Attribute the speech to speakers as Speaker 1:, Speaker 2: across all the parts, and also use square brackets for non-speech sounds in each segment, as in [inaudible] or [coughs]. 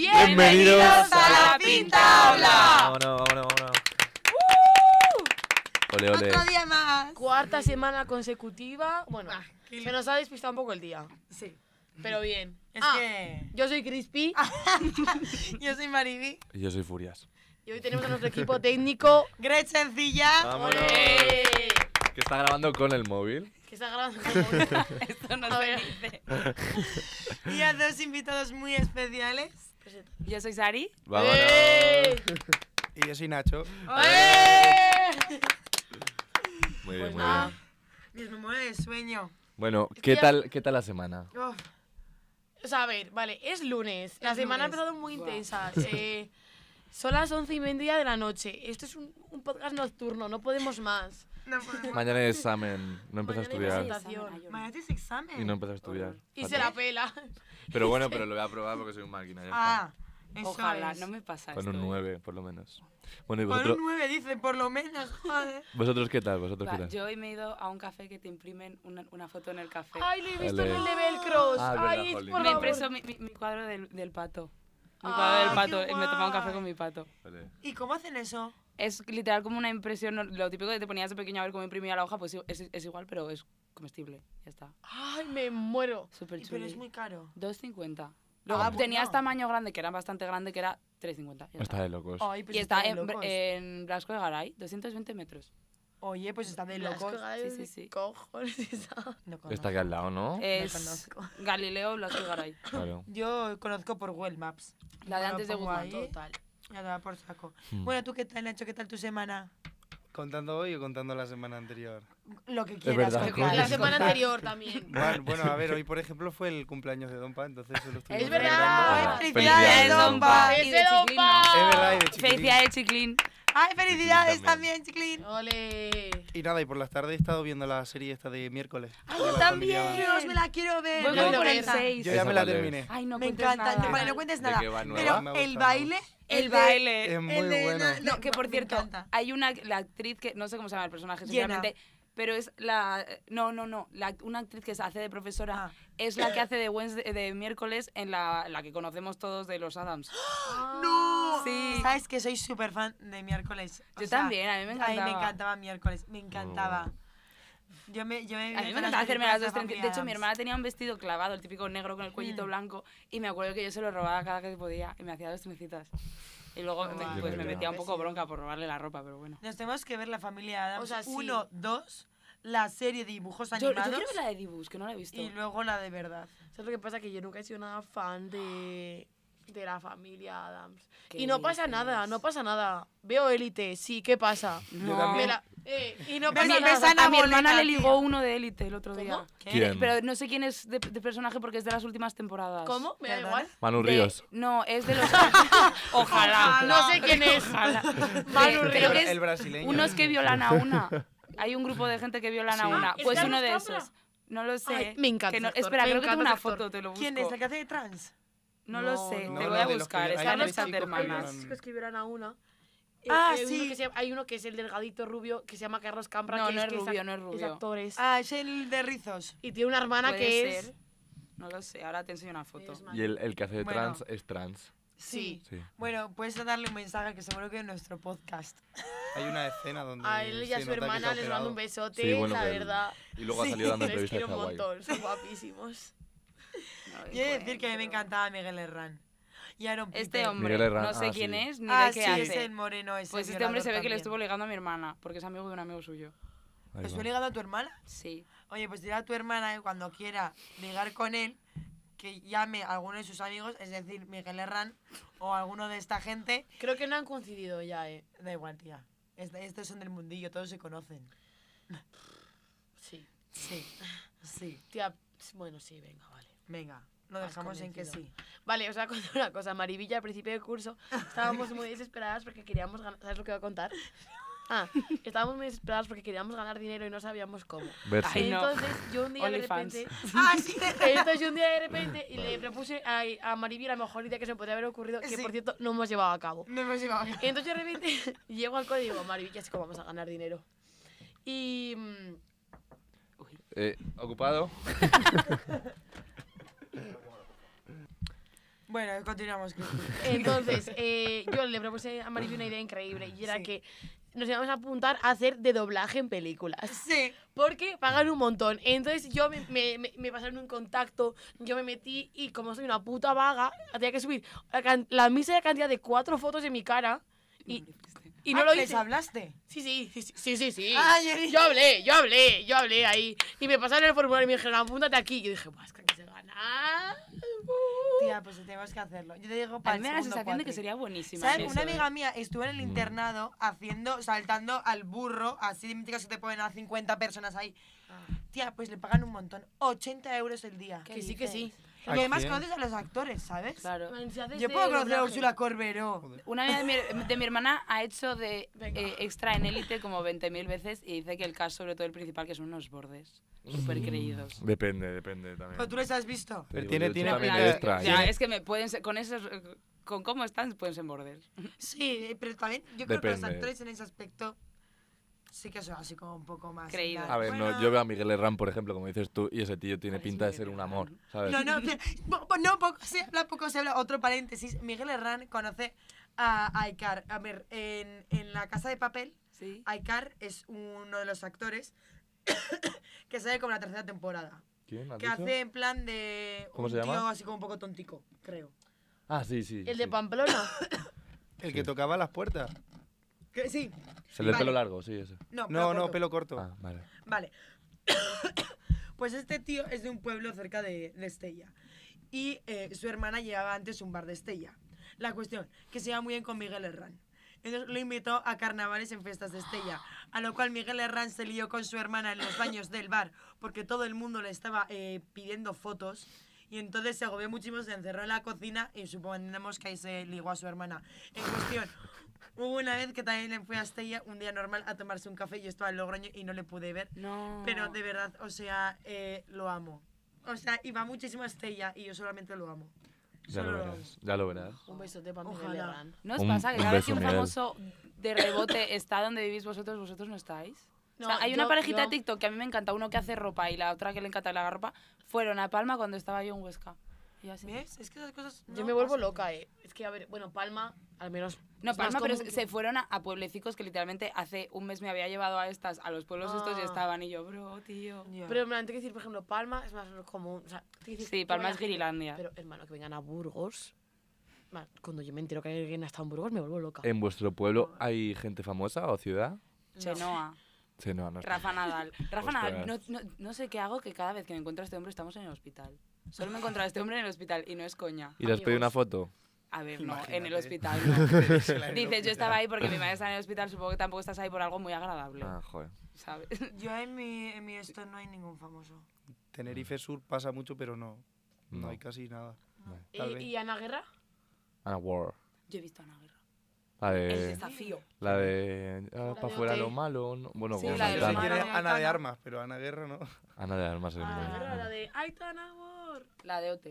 Speaker 1: Bienvenidos
Speaker 2: a La Pintabla.
Speaker 3: Vámonos, vámonos, vámonos. Ole, ole.
Speaker 2: Otro día más.
Speaker 1: Cuarta semana consecutiva. Bueno,
Speaker 2: Ah, qué-
Speaker 1: se nos ha despistado un poco el día,
Speaker 2: Sí.
Speaker 1: pero bien.
Speaker 2: Es
Speaker 1: Ah,
Speaker 2: que Ah.
Speaker 1: Yo soy Crispy
Speaker 2: yo soy Mariby.
Speaker 3: Y Yo soy Furias.
Speaker 1: y hoy tenemos a nuestro equipo técnico.
Speaker 2: Gretchen Sencilla.
Speaker 3: Vámonos.
Speaker 1: ¡Olé!
Speaker 3: Que está grabando con el móvil.
Speaker 1: Que está grabando como-
Speaker 4: Esto no
Speaker 1: A
Speaker 4: se
Speaker 1: ver.
Speaker 4: dice.
Speaker 2: Y a dos invitados muy especiales.
Speaker 4: Yo soy Sari.
Speaker 3: [laughs] Vámonos.
Speaker 1: ¡Eh!
Speaker 5: Y yo soy Nacho.
Speaker 3: Muy
Speaker 1: Pues
Speaker 3: bien, muy
Speaker 1: nada.
Speaker 3: bien.
Speaker 2: Dios, me muero de sueño.
Speaker 3: Bueno, ¿qué tal, ¿qué tal la semana?
Speaker 2: Oh,
Speaker 1: O sea, a ver, vale, es lunes. La
Speaker 2: Es
Speaker 1: semana ha
Speaker 2: lunes.
Speaker 1: empezado muy
Speaker 4: Buah.
Speaker 1: intensa. Eh, son las once y media de la noche. Esto es un, un podcast nocturno, no podemos más.
Speaker 2: no
Speaker 3: [laughs]
Speaker 2: puedo.
Speaker 3: Mañana hay examen. No empecé a
Speaker 1: Mañana hay
Speaker 3: estudiar.
Speaker 2: Mañana tienes examen.
Speaker 3: Y no empecé a estudiar.
Speaker 1: Y
Speaker 3: Fatal.
Speaker 1: se la pela.
Speaker 3: Pero bueno, pero lo voy a probar porque soy un máquina. ya está.
Speaker 2: Ah, eso
Speaker 4: Ojalá,
Speaker 2: es.
Speaker 4: no me pasa
Speaker 3: Con un
Speaker 4: esto. ¿eh?
Speaker 3: 9, por lo menos. Bueno, ¿y
Speaker 2: Con
Speaker 3: vosotros,
Speaker 2: un 9 dice, por lo menos, joder.
Speaker 3: vosotros qué tal? ¿Vosotros
Speaker 4: Va,
Speaker 3: qué tal?
Speaker 4: yo hoy me he ido a un café que te imprimen una, una foto en el café.
Speaker 1: Ay, lo he visto en
Speaker 3: Ale.
Speaker 1: el de Belcross.
Speaker 3: Ah, verdad,
Speaker 1: Ay,
Speaker 3: jolín.
Speaker 1: por
Speaker 4: me he
Speaker 3: he
Speaker 1: favor.
Speaker 4: impreso mi, mi- mi cuadro del, del pato. Mi
Speaker 1: Ah,
Speaker 4: cuadro
Speaker 2: qué
Speaker 4: del pato. Y me he tomado un café
Speaker 2: guay.
Speaker 4: con mi pato.
Speaker 3: Vale.
Speaker 2: ¿Y cómo hacen eso?
Speaker 4: Es literal como una impresión, no- lo típico que te ponías de pequeño a ver cómo imprimía la hoja, pues es, es igual, pero es comestible. Ya está.
Speaker 1: Ay, me muero.
Speaker 4: Súper
Speaker 2: Y-
Speaker 4: chulo.
Speaker 2: Pero es muy caro.
Speaker 4: 2,50. Luego
Speaker 2: Ah,
Speaker 4: tenías
Speaker 2: bueno.
Speaker 4: tamaño grande, que era bastante grande, que era 3,50. ya
Speaker 3: Está
Speaker 4: está.
Speaker 3: de locos.
Speaker 2: Ay, pues
Speaker 4: Y está eh,
Speaker 2: de
Speaker 4: en,
Speaker 2: locos.
Speaker 4: en Blasco de Garay, 220 metros.
Speaker 2: Oye, pues está de
Speaker 1: Las
Speaker 2: locos.
Speaker 1: cagadas
Speaker 4: sí,
Speaker 1: de
Speaker 4: sí.
Speaker 1: Cojones [laughs] esa.
Speaker 2: No conozco.
Speaker 3: Está aquí al lado, ¿no?
Speaker 4: eh, Es
Speaker 2: conozco.
Speaker 4: Galileo Blasco de Garay.
Speaker 3: Claro.
Speaker 2: Yo conozco por Google Maps.
Speaker 4: La de
Speaker 2: Bueno,
Speaker 4: antes de
Speaker 2: pongo
Speaker 4: Guzmán.
Speaker 2: ahí.
Speaker 1: Total.
Speaker 2: Ya te va por saco.
Speaker 3: Hmm.
Speaker 2: Bueno, ¿tú qué tal, Nacho? ¿Qué tal tu semana?
Speaker 5: ¿Contando hoy o contando la semana anterior?
Speaker 2: Lo que
Speaker 3: Es
Speaker 2: quieras.
Speaker 3: verdad,
Speaker 2: contar.
Speaker 3: coño.
Speaker 1: La semana anterior [laughs] también.
Speaker 5: Bueno, bueno, a ver, hoy por ejemplo fue el cumpleaños de Dompa, entonces solo estuvimos
Speaker 1: verdad.
Speaker 5: celebrando.
Speaker 2: ¡Felicidades,
Speaker 3: Felicidades,
Speaker 2: Dompa!
Speaker 4: Dompa.
Speaker 1: ¡Es
Speaker 4: Ah, Y
Speaker 1: de
Speaker 4: de Chiclín,
Speaker 1: Opa!
Speaker 5: Es verdad, y de chiquitín.
Speaker 4: Felicidades, Chiclín.
Speaker 2: ¡Ay, felicidades
Speaker 3: Sí,
Speaker 2: también, chiquilín!
Speaker 1: ¡Ole!
Speaker 5: Y nada, y por las tardes he estado viendo la serie esta de miércoles.
Speaker 2: Ah,
Speaker 4: ¡Ay,
Speaker 5: de
Speaker 4: yo
Speaker 5: la
Speaker 4: también!
Speaker 5: familia-
Speaker 2: Dios, me la quiero ver.
Speaker 4: Voy
Speaker 2: Yo
Speaker 4: como
Speaker 1: lo
Speaker 4: por
Speaker 2: quiero
Speaker 4: el
Speaker 1: verla.
Speaker 2: verla.
Speaker 4: 6.
Speaker 5: Yo ya
Speaker 3: Esa
Speaker 5: me la
Speaker 3: vale.
Speaker 5: terminé.
Speaker 4: Ay, no
Speaker 2: me
Speaker 4: cuentes
Speaker 2: encanta.
Speaker 4: nada.
Speaker 2: Vale, no cuentes
Speaker 3: ¿De
Speaker 2: nada.
Speaker 3: qué va nueva?
Speaker 2: Pero
Speaker 5: Me ha
Speaker 2: el
Speaker 5: gustado
Speaker 2: baile,
Speaker 4: El
Speaker 2: de-
Speaker 4: baile.
Speaker 5: Es muy
Speaker 2: el de-
Speaker 5: bueno.
Speaker 2: na-
Speaker 4: No, que por
Speaker 2: eh, me
Speaker 4: cierto,
Speaker 2: encanta.
Speaker 4: hay una la actriz que no sé cómo se llama el personaje,
Speaker 2: Jenna.
Speaker 4: sinceramente, pero es la no, no, no, la- una actriz que se hace de profesora
Speaker 2: Ah.
Speaker 4: es la que hace de Wednesday, de miércoles en la, la que conocemos todos de los Adams.
Speaker 2: ¡No!
Speaker 4: Sí.
Speaker 2: Sabes que soy súper fan de miércoles. [gasps] O
Speaker 4: Yo
Speaker 2: sea,
Speaker 4: también, a mí me encantaba.
Speaker 2: A mí me encantaba miércoles, me encantaba.
Speaker 3: Oh.
Speaker 2: Yo me, yo me
Speaker 4: A mí me
Speaker 2: las
Speaker 4: encantaba hacerme las dos
Speaker 2: películas
Speaker 4: trenzas.
Speaker 2: la
Speaker 4: De hecho,
Speaker 2: familia
Speaker 4: mi hermana tenía un vestido clavado, el típico negro con el cuellito
Speaker 2: Mm.
Speaker 4: blanco, y me acuerdo que yo se lo robaba cada que podía y me hacía dos trencitas. Y luego me-
Speaker 2: Guau.
Speaker 4: pues, me
Speaker 3: Qué
Speaker 4: metía un poco
Speaker 2: bestia.
Speaker 4: bronca por robarle la ropa, pero bueno.
Speaker 2: Nos tenemos que ver la familia Adams.
Speaker 1: O sea, sí.
Speaker 2: Uno, dos, la serie de dibujos
Speaker 4: Yo, yo
Speaker 2: animados
Speaker 4: quiero ver la de Dibus, que no la he visto.
Speaker 2: y luego la de verdad.
Speaker 1: ¿Sabes lo que pasa? Que yo nunca he sido nada fan de, de la familia Adams.
Speaker 4: ¿Qué
Speaker 1: Y no pasa
Speaker 4: dices?
Speaker 1: nada, no pasa nada. Veo élite, sí, ¿qué pasa?
Speaker 4: No.
Speaker 1: Me la- eh, y no
Speaker 2: Me
Speaker 1: pasa
Speaker 2: la-
Speaker 1: nada.
Speaker 2: me la-
Speaker 4: A mi hermana
Speaker 2: boleta,
Speaker 4: le
Speaker 2: tío.
Speaker 4: ligó uno de élite el otro día.
Speaker 1: ¿Cómo?
Speaker 2: Em.
Speaker 3: ¿Quién?
Speaker 4: Pero no sé quién es de, de personaje porque es de las últimas temporadas.
Speaker 1: ¿Cómo? Me da
Speaker 2: ¿Perdona?
Speaker 1: igual.
Speaker 3: Manu
Speaker 4: De-
Speaker 3: Ríos.
Speaker 4: No, es de los.
Speaker 1: [laughs]
Speaker 4: Ojalá.
Speaker 1: No sé quién es. [laughs] Manu
Speaker 4: De-
Speaker 5: El,
Speaker 4: Creo
Speaker 5: bra-
Speaker 4: que
Speaker 1: Ríos.
Speaker 4: es
Speaker 5: el brasileño.
Speaker 4: Unos que violan
Speaker 2: [laughs]
Speaker 4: a una. Hay un grupo de gente que violan a
Speaker 5: Sí.
Speaker 4: una.
Speaker 1: ¿Es
Speaker 4: Pues uno
Speaker 1: Carlos
Speaker 4: de
Speaker 1: Cambra?
Speaker 4: esos. No lo sé.
Speaker 1: Ah, Ay, me encanta
Speaker 4: Que no-
Speaker 1: ese actor,
Speaker 4: espera,
Speaker 1: me
Speaker 4: creo que
Speaker 1: encanta
Speaker 4: tengo una
Speaker 1: ese actor.
Speaker 4: foto, te lo busco.
Speaker 2: ¿Quién es la que hace de trans?
Speaker 4: No,
Speaker 2: No,
Speaker 4: lo sé,
Speaker 2: no,
Speaker 4: te
Speaker 2: no,
Speaker 4: voy
Speaker 2: de
Speaker 4: a
Speaker 2: los que
Speaker 4: buscar.
Speaker 5: violan-
Speaker 4: Están
Speaker 5: hay
Speaker 1: los
Speaker 4: estas
Speaker 5: chicos que
Speaker 4: hermanas.
Speaker 5: violan.
Speaker 1: Los que escribieron a una. Eh,
Speaker 2: Ah,
Speaker 1: hay uno
Speaker 2: sí.
Speaker 1: que se- hay uno que es el delgadito rubio que se llama Carlos Cambra.
Speaker 4: No,
Speaker 1: que
Speaker 4: no es
Speaker 1: que
Speaker 4: rubio,
Speaker 1: ac-
Speaker 4: no es rubio.
Speaker 1: actor, es-
Speaker 2: Ah, es el de rizos.
Speaker 1: Y tiene una hermana
Speaker 4: Puede
Speaker 1: que
Speaker 4: ser.
Speaker 1: es.
Speaker 4: No lo sé, ahora te enseño una foto.
Speaker 1: es
Speaker 3: Y el, el que hace de
Speaker 2: Bueno.
Speaker 3: trans es trans.
Speaker 1: Sí.
Speaker 3: Sí.
Speaker 2: Bueno, puedes darle un mensaje que seguro que es nuestro podcast.
Speaker 5: Hay una escena donde.
Speaker 1: A él y a su
Speaker 5: se nota que se ha
Speaker 1: hermana les mando un
Speaker 5: operado.
Speaker 1: besote,
Speaker 3: Sí, bueno,
Speaker 1: la
Speaker 3: que el-
Speaker 1: verdad.
Speaker 3: Y luego ha
Speaker 2: Sí.
Speaker 3: salido dando
Speaker 1: [laughs] Les
Speaker 3: entrevistas
Speaker 1: quiero un
Speaker 3: a Hawaii.
Speaker 1: montón, son guapísimos.
Speaker 4: No lo
Speaker 2: Quiero decir que a mí me
Speaker 4: encuentro.
Speaker 2: encantaba Miguel Herrán. Y Aaron
Speaker 4: Este
Speaker 2: Piper.
Speaker 4: hombre,
Speaker 3: Miguel Herrán,
Speaker 4: no sé
Speaker 3: ah,
Speaker 4: quién
Speaker 3: sí.
Speaker 4: es ni
Speaker 2: Ah,
Speaker 4: de qué
Speaker 2: sí,
Speaker 4: hace.
Speaker 2: es el moreno ese.
Speaker 4: Pues este hombre se ve
Speaker 2: violador
Speaker 4: que le estuvo
Speaker 2: también.
Speaker 4: ligando a mi hermana, porque es amigo de un amigo suyo.
Speaker 3: Ahí
Speaker 2: ¿Estuvo
Speaker 3: va.
Speaker 2: ligando a tu hermana?
Speaker 4: Sí.
Speaker 2: Oye, pues dirá a tu hermana que cuando quiera ligar con él, que llame a alguno de sus amigos, es decir, Miguel Herrán o alguno de esta gente.
Speaker 1: Creo que no han coincidido ya, eh.
Speaker 2: Da igual, tía. Est- estos son del mundillo, todos se conocen.
Speaker 1: Sí.
Speaker 2: Sí, sí.
Speaker 1: Tía, bueno, sí, venga, vale.
Speaker 2: Venga, lo
Speaker 1: Has
Speaker 2: dejamos en que sí.
Speaker 1: convencido. Vale, os voy a contar una cosa. Marivilla, al principio del curso, estábamos muy desesperadas porque queríamos ganar... ¿Sabes lo que voy a contar? Ah, estábamos muy desesperadas porque queríamos ganar dinero y no sabíamos cómo.
Speaker 3: Verse.
Speaker 4: Ay, no.
Speaker 1: Entonces, yo un día de
Speaker 4: OnlyFans.
Speaker 1: repente...
Speaker 2: [laughs] ¡Ah, sí!
Speaker 1: Entonces yo un día de
Speaker 4: [laughs]
Speaker 1: repente y le propuse a, a Mariby la mejor idea que se me podría haber ocurrido, que
Speaker 2: Sí.
Speaker 1: por cierto no hemos llevado a cabo.
Speaker 2: No hemos llevado.
Speaker 1: Y entonces de repente [laughs] llego al código y digo, Mariby, ya sé cómo vamos a ganar dinero. Y...
Speaker 2: [laughs]
Speaker 1: mm,
Speaker 3: Eh, ¿Ocupado?
Speaker 2: Bueno, continuamos. Cristi.
Speaker 1: Entonces, eh, yo le propuse a Maribel una idea increíble y era
Speaker 2: Sí.
Speaker 1: que nos íbamos a apuntar a hacer de doblaje en películas.
Speaker 2: [laughs] Sí.
Speaker 1: Porque pagan un montón. Entonces yo me, me, me- me pasaron un contacto, yo me metí y como soy una puta vaga, tenía que subir la, can- la mísera cantidad de cuatro fotos de mi cara y, y no
Speaker 2: Ah,
Speaker 1: lo
Speaker 2: ¿Les
Speaker 1: hice.
Speaker 2: hablaste?
Speaker 1: Sí, sí, sí, sí, sí, sí, sí.
Speaker 2: Ah, yo dije-
Speaker 1: Yo hablé, yo hablé, yo hablé ahí. Y me pasaron el formulario y me dijeron, apúntate aquí. Y yo dije, pues que aquí se gana.
Speaker 2: Tía, pues tenemos que hacerlo. Yo te digo
Speaker 4: A
Speaker 2: para
Speaker 4: mí
Speaker 2: el
Speaker 4: me da la
Speaker 2: segundo
Speaker 4: sensación de que
Speaker 2: cuatri.
Speaker 4: sería buenísima. en
Speaker 2: ¿Sabes?
Speaker 4: eso,
Speaker 2: Una
Speaker 4: eh.
Speaker 2: amiga mía estuvo en el
Speaker 3: Mm.
Speaker 2: internado haciendo, saltando al burro, así de míticas que te ponen a 50 personas ahí.
Speaker 1: Ah.
Speaker 2: Tía, pues le pagan un montón, 80 euros el día.
Speaker 1: Que sí, que sí.
Speaker 2: Y
Speaker 5: ¿A
Speaker 2: además
Speaker 5: quién?
Speaker 2: conoces a los actores, ¿sabes?
Speaker 4: Claro.
Speaker 1: Man, si haces
Speaker 2: Yo
Speaker 1: de
Speaker 2: puedo conocer a
Speaker 1: doblaje.
Speaker 2: Úrsula Corberó.
Speaker 5: Joder.
Speaker 4: Una amiga de mi, de mi hermana ha hecho de
Speaker 1: Venga.
Speaker 4: eh, extra en élite como 20.000 veces y dice que el caso, sobre todo el principal, que son unos bordes
Speaker 3: [laughs]
Speaker 4: súper creídos.
Speaker 3: Mm, Depende, depende también.
Speaker 2: ¿Pero tú les has visto?
Speaker 3: Te digo
Speaker 5: Tiene-
Speaker 3: yo, tú
Speaker 5: tiene-
Speaker 3: también ¿eh?
Speaker 4: Claro,
Speaker 3: eres trans.
Speaker 4: ya, es que me pueden ser- con esos, eh, con cómo están, pueden ser bordes.
Speaker 2: Sí, eh, pero también yo creo que los
Speaker 3: Depende.
Speaker 2: actores en ese aspecto sí que son así como un poco más.
Speaker 4: Creídos.
Speaker 2: tal.
Speaker 3: A ver, no,
Speaker 2: Bueno,
Speaker 3: yo veo a Miguel Herrán, por ejemplo, como dices tú, y ese tío tiene
Speaker 4: Parece
Speaker 3: pinta de
Speaker 4: Miguel
Speaker 3: ser un
Speaker 4: Herrán.
Speaker 3: amor, ¿sabes?
Speaker 2: No, no, pero- po- po- no, poco se habla, poco se habla. Otro paréntesis. Miguel Herrán conoce a Aikar. A ver, en, en La Casa de Papel,
Speaker 4: Sí.
Speaker 2: Aikar es uno de los actores [coughs] que sale como en la tercera temporada.
Speaker 3: ¿Quién? ¿Has
Speaker 2: Que
Speaker 3: dicho?
Speaker 2: hace en plan de.
Speaker 3: ¿Cómo
Speaker 2: un
Speaker 3: se llama?
Speaker 2: Tío así como un poco tontico, creo.
Speaker 3: Ah, sí, sí.
Speaker 1: El
Speaker 3: sí.
Speaker 1: de Pamplona.
Speaker 5: El que
Speaker 3: Sí.
Speaker 5: tocaba las puertas.
Speaker 2: Que- sí.
Speaker 3: El del
Speaker 2: Vale.
Speaker 3: pelo largo, sí, ese.
Speaker 2: No,
Speaker 5: No, no,
Speaker 2: corto.
Speaker 5: pelo corto. [laughs]
Speaker 3: Ah, vale.
Speaker 2: Vale. [coughs] pues este tío es de un pueblo cerca de, de Estella. Y eh, su hermana llevaba antes un bar de Estella. La cuestión, que se iba muy bien con Miguel Herrán. Entonces lo invitó a carnavales en fiestas de Estella. A lo cual Miguel Herrán se lió con su hermana en los baños del bar. Porque todo el mundo le estaba eh, pidiendo fotos. Y entonces se agobió muchísimo, se encerró en la cocina y suponemos que ahí se ligó a su hermana. En cuestión, hubo una vez que también le fui a Estella un día normal a tomarse un café y yo estaba en Logroño y no le pude ver.
Speaker 4: No.
Speaker 2: Pero de verdad, o sea, eh, lo amo. O sea, y va muchísimo a Estella y yo solamente lo amo.
Speaker 3: Ya
Speaker 2: Solo
Speaker 3: lo
Speaker 2: lo
Speaker 3: verás. Ya lo verás.
Speaker 1: Un besote para Miguel
Speaker 2: Ojalá.
Speaker 1: Herrán.
Speaker 4: ¿No os
Speaker 3: Un-
Speaker 4: pasa que
Speaker 3: un
Speaker 4: cada vez que
Speaker 3: beso,
Speaker 4: un
Speaker 3: Miguel.
Speaker 4: famoso de rebote está donde vivís vosotros, vosotros no estáis? O sea,
Speaker 1: No,
Speaker 4: hay una
Speaker 1: yo-
Speaker 4: parejita
Speaker 1: yo-
Speaker 4: de TikTok que a mí me encanta, uno que hace ropa y la otra que le encanta la ropa, fueron a Palma cuando estaba yo en Huesca. Y yo así.
Speaker 2: ¿Ves? Es que esas cosas.
Speaker 1: Yo
Speaker 2: no
Speaker 1: me vuelvo
Speaker 2: pasan.
Speaker 1: loca, eh. Es que, a ver, bueno, Palma, al menos.
Speaker 4: No,
Speaker 1: es más
Speaker 4: Palma, pero
Speaker 1: común
Speaker 4: se se fueron a, a pueblecicos que literalmente hace un mes me había llevado a estas, a los pueblos estos y
Speaker 1: Ah.
Speaker 4: estaban y yo, bro, tío.
Speaker 2: Ya.
Speaker 1: Pero, en plan, tengo que decir, por ejemplo, Palma es más común. O sea, tengo que decir,
Speaker 4: Sí,
Speaker 1: que
Speaker 4: Palma
Speaker 1: vaya
Speaker 4: es
Speaker 1: gente.
Speaker 4: Girilandia.
Speaker 1: Pero, hermano, que vengan a Burgos. Man, cuando yo me entero que alguien ha estado en Burgos, me vuelvo loca.
Speaker 3: ¿En vuestro pueblo hay gente famosa o ciudad?
Speaker 4: Chenoa,
Speaker 3: Sí, no, no. es- [laughs]
Speaker 4: Rafa Nadal. Rafa Nadal, no,
Speaker 3: Ostras.
Speaker 4: no- no sé qué hago que cada vez que me encuentro a este hombre estamos en el hospital. Solo me he encontrado a este hombre en el hospital y no es coña.
Speaker 3: ¿Y les pedí una
Speaker 1: amigos.
Speaker 3: foto?
Speaker 4: A ver, no, en el
Speaker 3: [laughs]
Speaker 5: Imagínate.
Speaker 4: hospital no.
Speaker 5: Dices,
Speaker 4: Dices, yo estaba ahí porque mi madre está en el hospital, supongo que tampoco estás ahí por algo muy agradable,
Speaker 3: Ah, joder.
Speaker 4: ¿sabes?
Speaker 2: Yo en mi, en mi esto no hay ningún famoso.
Speaker 5: Tenerife Sur pasa mucho, pero no. No
Speaker 3: No.
Speaker 5: hay casi nada.
Speaker 1: ¿Y,
Speaker 5: tal vez.
Speaker 1: Eh, y Ana Guerra?
Speaker 3: Ana War.
Speaker 4: Yo he visto a Ana Guerra.
Speaker 3: La
Speaker 4: El
Speaker 3: de.
Speaker 4: desafío.
Speaker 3: La de. Ah,
Speaker 1: de
Speaker 3: para afuera
Speaker 1: OT.
Speaker 3: lo malo. no- Bueno,
Speaker 4: Sí,
Speaker 3: vamos
Speaker 4: la
Speaker 3: a
Speaker 4: de
Speaker 5: Pero
Speaker 4: los
Speaker 5: si
Speaker 3: entrar.
Speaker 4: malos.
Speaker 5: quieres
Speaker 4: Ana
Speaker 5: Ana de
Speaker 2: Guerra.
Speaker 5: Armas, pero Ana Guerra no.
Speaker 3: Ana de Armas es muy
Speaker 1: Ana
Speaker 3: buena.
Speaker 1: Guerra, la de Aitan Amor.
Speaker 4: La de OT.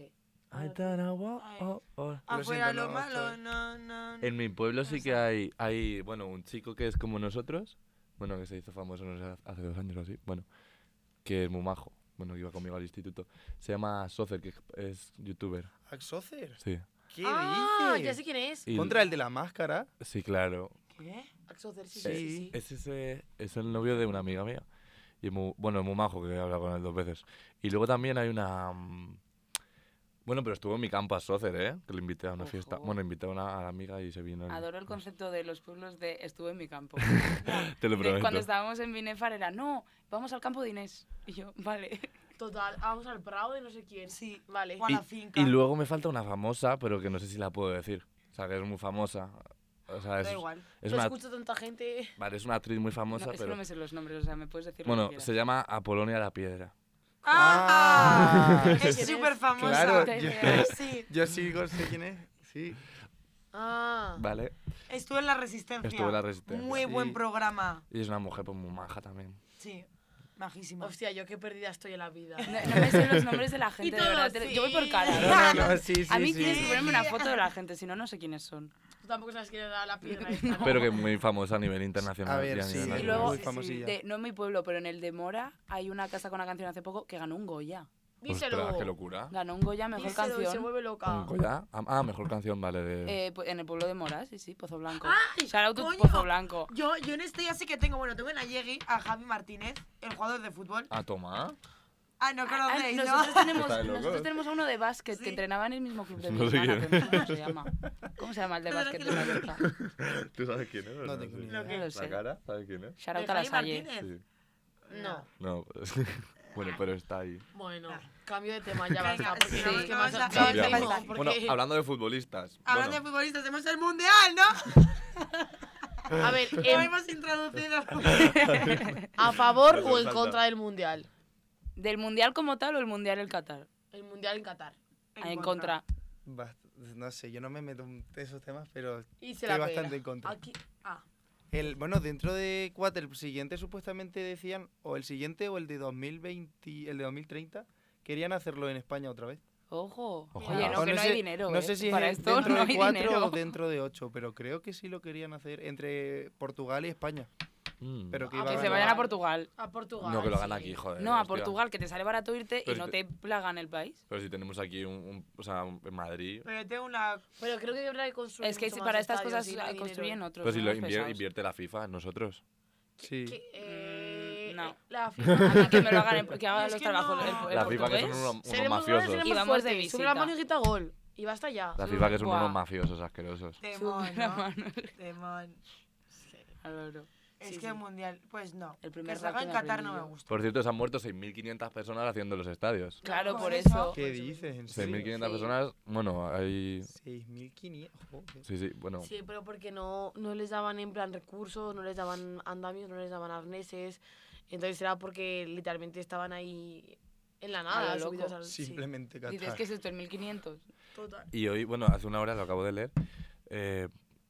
Speaker 3: Ay, Ana War,
Speaker 2: Ay.
Speaker 3: oh, oh.
Speaker 5: Lo
Speaker 2: Afuera
Speaker 5: siento,
Speaker 2: lo
Speaker 5: no,
Speaker 2: malo,
Speaker 5: estoy-
Speaker 2: no, no. no.
Speaker 3: En mi pueblo sí que
Speaker 2: sé.
Speaker 3: hay, hay, bueno, un chico que es como nosotros, bueno, que se hizo famoso no sé, hace dos años o así, bueno, que es muy majo, bueno, que iba conmigo al instituto. Se llama Socer, que es- es youtuber,
Speaker 5: ¿Axocer?
Speaker 3: sí.
Speaker 5: ¿Qué
Speaker 1: Ah, ya
Speaker 5: dices?
Speaker 1: sé quién es.
Speaker 3: Y-
Speaker 5: ¿Contra el de la máscara?
Speaker 3: Sí, claro.
Speaker 2: ¿Qué?
Speaker 1: Axocer, sí, sí,
Speaker 5: Eh,
Speaker 1: sí. sí.
Speaker 3: Es ese, es el novio de una amiga mía. Y es muy, bueno, es muy majo, que he hablado con él dos veces. Y luego también hay una... mm, Bueno, pero estuvo en mi campo a Socer, ¿eh? Que lo invité a una fiesta.
Speaker 4: Ojo.
Speaker 3: Bueno, invité a una, a la amiga y se vino. él. [laughs]
Speaker 4: Adoro el concepto de los pueblos de estuve en mi campo.
Speaker 3: Te lo
Speaker 4: De
Speaker 3: prometo.
Speaker 4: Eh, cuando estábamos en Binefar era, no, vamos al campo de Inés. Y yo, vale.
Speaker 1: Total, vamos al Prado de no sé quién.
Speaker 2: Sí.
Speaker 1: Vale.
Speaker 2: O a
Speaker 3: Y-
Speaker 2: la finca.
Speaker 3: Y luego me falta una famosa, pero que no sé si la puedo decir. O sea, que es muy famosa. O sea, es,
Speaker 2: Da igual.
Speaker 3: es
Speaker 1: Lo
Speaker 3: una,
Speaker 1: escucho tanta gente.
Speaker 3: vale, es una actriz muy
Speaker 4: [laughs] No,
Speaker 3: famosa,
Speaker 4: es que
Speaker 3: pero...
Speaker 4: no me sé los nombres, o sea, me puedes decir lo
Speaker 3: Bueno,
Speaker 4: que
Speaker 3: se
Speaker 4: quieras.
Speaker 3: llama Apolonia la Piedra.
Speaker 2: ¡Ah!
Speaker 5: Ah.
Speaker 2: es súper famosa.
Speaker 5: Claro,
Speaker 4: Te
Speaker 5: yo,
Speaker 4: veo.
Speaker 2: Sí,
Speaker 5: [laughs] yo sí sé quién es.
Speaker 4: [laughs]
Speaker 5: Sí.
Speaker 1: Ah.
Speaker 3: Vale.
Speaker 2: estuvo en la Resistencia.
Speaker 3: Estuvo en La Resistencia.
Speaker 2: Muy buen
Speaker 5: Sí.
Speaker 2: programa.
Speaker 3: Y es una mujer pues, muy maja
Speaker 4: [laughs]
Speaker 3: también.
Speaker 2: Sí, majísima.
Speaker 1: Hostia, yo qué perdida estoy en la vida.
Speaker 4: No, no me sé los nombres de la gente, de
Speaker 1: todos,
Speaker 4: verdad. te- Yo voy por
Speaker 1: sí.
Speaker 4: cara.
Speaker 5: No, no, no, sí, [laughs] sí,
Speaker 4: [laughs] a mí
Speaker 5: sí.
Speaker 4: tienes que ponerme una foto de la gente, si no, no sé quiénes son.
Speaker 1: Tú tampoco sabes quién era la piedra esta, ¿no?
Speaker 3: Pero que es muy famosa a nivel internacional.
Speaker 5: A ver,
Speaker 3: y a
Speaker 5: sí,
Speaker 3: nivel
Speaker 4: Y
Speaker 3: nacional.
Speaker 4: luego,
Speaker 5: muy famosilla.
Speaker 4: de- no en mi pueblo, pero en el de Mora hay una casa con una canción hace poco que ganó un Goya.
Speaker 1: Díselo.
Speaker 3: Ostras, qué locura.
Speaker 4: Ganó un Goya mejor
Speaker 1: Díselo, y se
Speaker 4: canción.
Speaker 1: vuelve loca.
Speaker 3: Un collar. Ah, ah, mejor canción, vale. De...
Speaker 4: eh, pu- en el pueblo de Mora, sí, sí, Pozo Blanco.
Speaker 2: ¡Ay,
Speaker 4: Shout out to
Speaker 2: Ah, coño!
Speaker 4: Pozo Blanco.
Speaker 2: Yo, yo en este ya sí que tengo, bueno, tengo en Ayegui a Javi Martínez, el jugador de fútbol.
Speaker 3: Ah, toma.
Speaker 2: Ah, no
Speaker 4: Ah,
Speaker 2: conocéis, ¿no?
Speaker 4: nosotros, tenemos,
Speaker 3: Está de locos.
Speaker 4: nosotros tenemos a uno de básquet
Speaker 2: Sí.
Speaker 4: que entrenaba en el mismo club de mi
Speaker 3: No sé
Speaker 4: hermana,
Speaker 3: quién
Speaker 4: que no sé ¿Cómo se llama? ¿Cómo se llama el de
Speaker 2: No, no,
Speaker 4: básquet
Speaker 2: que
Speaker 4: de
Speaker 2: no.
Speaker 4: la Lorca?
Speaker 3: ¿Tú sabes quién es? o
Speaker 5: No tengo ni idea.
Speaker 4: No lo
Speaker 3: ¿La
Speaker 4: sé.
Speaker 3: cara? ¿Sabes quién es?
Speaker 4: Shout
Speaker 2: ¿De
Speaker 4: out a la
Speaker 2: Javi
Speaker 4: Salle.
Speaker 2: Martínez?
Speaker 3: Sí.
Speaker 1: No.
Speaker 3: No. [laughs] pues- bueno, pero está ahí.
Speaker 1: Bueno,
Speaker 2: Ah.
Speaker 1: cambio de tema, ya
Speaker 2: Venga,
Speaker 1: basta. Porque
Speaker 2: sí,
Speaker 1: Ah, no nos
Speaker 4: sí,
Speaker 1: quemas-
Speaker 2: vamos a-
Speaker 1: ya
Speaker 2: Ya, ya
Speaker 1: mismo,
Speaker 2: basta.
Speaker 1: porque-
Speaker 3: Bueno, hablando de futbolistas.
Speaker 2: Hablando
Speaker 3: bueno,
Speaker 2: de futbolistas, hemos el mundial,
Speaker 4: [laughs]
Speaker 2: ¿no?
Speaker 1: a
Speaker 3: [laughs]
Speaker 1: ver,
Speaker 2: Lo
Speaker 1: em,
Speaker 2: hemos introducido.
Speaker 1: ¿a favor
Speaker 3: Eso
Speaker 1: o en
Speaker 3: falta.
Speaker 1: contra del mundial?
Speaker 4: ¿Del mundial como tal o el mundial del Qatar?
Speaker 1: El mundial en Qatar.
Speaker 4: Ah, En, contra.
Speaker 5: Bast- No sé, yo no me meto en esos temas, pero
Speaker 1: Y se
Speaker 5: estoy
Speaker 1: la
Speaker 5: bastante
Speaker 1: pela.
Speaker 5: en contra.
Speaker 1: Aquí, ah,
Speaker 5: El, bueno, dentro de Cuatro, el siguiente supuestamente decían, o el siguiente o el de 2020, el de 2030, querían hacerlo en España otra vez. Ah,
Speaker 4: Ojo.
Speaker 3: Ojalá.
Speaker 4: Oye, no,
Speaker 5: O
Speaker 4: que no
Speaker 5: sé-
Speaker 4: hay dinero.
Speaker 5: No
Speaker 4: ¿eh?
Speaker 5: sé si
Speaker 4: Para
Speaker 5: es
Speaker 4: esto
Speaker 5: dentro
Speaker 4: no hay
Speaker 5: de 4
Speaker 4: dinero.
Speaker 5: o dentro de 8, pero creo que sí lo querían hacer entre Portugal y España.
Speaker 3: mm.
Speaker 5: Pero que
Speaker 1: Ah,
Speaker 5: iba
Speaker 4: Que
Speaker 5: a
Speaker 4: se
Speaker 1: Portugal.
Speaker 4: vayan a
Speaker 5: ganar-
Speaker 4: Portugal.
Speaker 1: a Portugal.
Speaker 3: No, que lo hagan
Speaker 1: sí.
Speaker 3: aquí, joder.
Speaker 4: No, a
Speaker 3: hostia.
Speaker 4: Portugal, que te sale barato irte y
Speaker 3: Pero
Speaker 4: no
Speaker 3: si
Speaker 4: te plagan el país.
Speaker 3: Pero si tenemos aquí un, un- o sea, un- en Madrid.
Speaker 2: Pero yo tengo una.
Speaker 1: Pero creo que habrá que construir.
Speaker 4: Es que
Speaker 1: mucho
Speaker 4: si
Speaker 1: más
Speaker 4: para estas
Speaker 1: estadios
Speaker 4: cosas
Speaker 1: y
Speaker 4: ah,
Speaker 1: hay dinero.
Speaker 2: eh.
Speaker 4: construyen
Speaker 3: Pero
Speaker 4: otros.
Speaker 3: Pues si
Speaker 4: ¿no? pues
Speaker 3: lo
Speaker 4: Los
Speaker 3: invier-
Speaker 4: pesados.
Speaker 3: invierte la FIFA, nosotros.
Speaker 5: Sí.
Speaker 1: Que, eh,
Speaker 4: Mm, no. [laughs]
Speaker 1: La
Speaker 4: Ah,
Speaker 1: FIFA.
Speaker 4: que me lo hagan, en- que haga
Speaker 2: Es
Speaker 4: los
Speaker 2: que
Speaker 4: trabajos
Speaker 2: no.
Speaker 4: el- el
Speaker 3: La FIFA que son
Speaker 4: portugués.
Speaker 3: unos, unos
Speaker 1: Seremos goles,
Speaker 3: mafiosos.
Speaker 1: seremos
Speaker 4: Y vamos de
Speaker 1: fuertes.
Speaker 4: visita.
Speaker 1: Sube la mano y quita gol. Y basta ya.
Speaker 3: La FIFA que son
Speaker 4: Buah.
Speaker 3: unos mafiosos asquerosos.
Speaker 2: Temón,
Speaker 4: Sube la
Speaker 2: ¿no?
Speaker 4: mano.
Speaker 2: Temón.
Speaker 4: Al oro.
Speaker 2: Es
Speaker 4: Sí,
Speaker 2: que
Speaker 4: sí.
Speaker 2: el mundial, pues no.
Speaker 4: El
Speaker 2: que
Speaker 4: primer
Speaker 2: se haga
Speaker 4: rato
Speaker 2: en
Speaker 4: me
Speaker 2: Qatar no me
Speaker 4: aprendí yo.
Speaker 2: gusta.
Speaker 3: Por cierto, se han muerto 6.500 personas haciendo los estadios.
Speaker 4: Claro,
Speaker 2: Con
Speaker 4: por
Speaker 2: eso.
Speaker 4: eso.
Speaker 5: ¿Qué dices? ¿En serio?
Speaker 3: 6.500
Speaker 4: Sí.
Speaker 3: personas, bueno, hay...
Speaker 5: 6.500. joder.
Speaker 3: Sí, sí, bueno.
Speaker 1: Sí, pero porque no, no les daban en plan recursos, no les daban andamios, no les daban arneses. Entonces era porque literalmente estaban ahí en la nada,
Speaker 4: A lo
Speaker 1: subidos
Speaker 4: loco.
Speaker 1: al- sí.
Speaker 5: Simplemente
Speaker 4: Dices
Speaker 5: Qatar.
Speaker 4: que es esto, el 1500.
Speaker 2: Total.
Speaker 3: Y hoy, bueno, hace una hora lo acabo de leer, eh,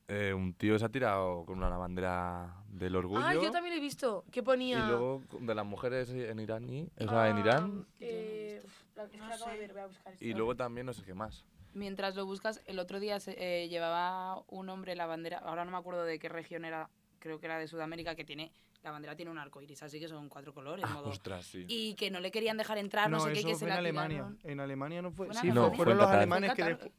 Speaker 3: eh, un tío se ha tirado con una bandera del orgullo.
Speaker 1: Ah, yo también lo he visto. ¿Qué
Speaker 3: Y
Speaker 1: ponía?
Speaker 3: luego con- de las mujeres en Irán, y, o sea, en
Speaker 1: Ah,
Speaker 3: Irán.
Speaker 4: pues
Speaker 1: eh, la- es que
Speaker 2: No
Speaker 1: la acabo de
Speaker 2: sé.
Speaker 1: ver, voy a buscar
Speaker 3: Y
Speaker 1: esto.
Speaker 3: luego también no sé qué más.
Speaker 4: Mientras lo buscas, el otro día se, eh, llevaba un hombre la bandera, ahora no me acuerdo de qué región era, creo que era de Sudamérica, que tiene, la bandera tiene un arco iris, así que son cuatro colores.
Speaker 3: Ah,
Speaker 4: modo-
Speaker 3: ostras, sí.
Speaker 4: Y que no le querían dejar entrar, no, sé qué,
Speaker 5: eso
Speaker 4: que se
Speaker 5: fue en
Speaker 4: la
Speaker 5: Alemania.
Speaker 4: tiraron. Ah,
Speaker 5: En Alemania no
Speaker 4: ¿Fue
Speaker 5: fue.
Speaker 4: en
Speaker 5: Sí,
Speaker 3: Alemania?
Speaker 5: fue-
Speaker 3: No,
Speaker 5: fueron
Speaker 3: fue en
Speaker 5: los
Speaker 3: Qatar.
Speaker 5: alemanes que
Speaker 4: Fue en
Speaker 5: después.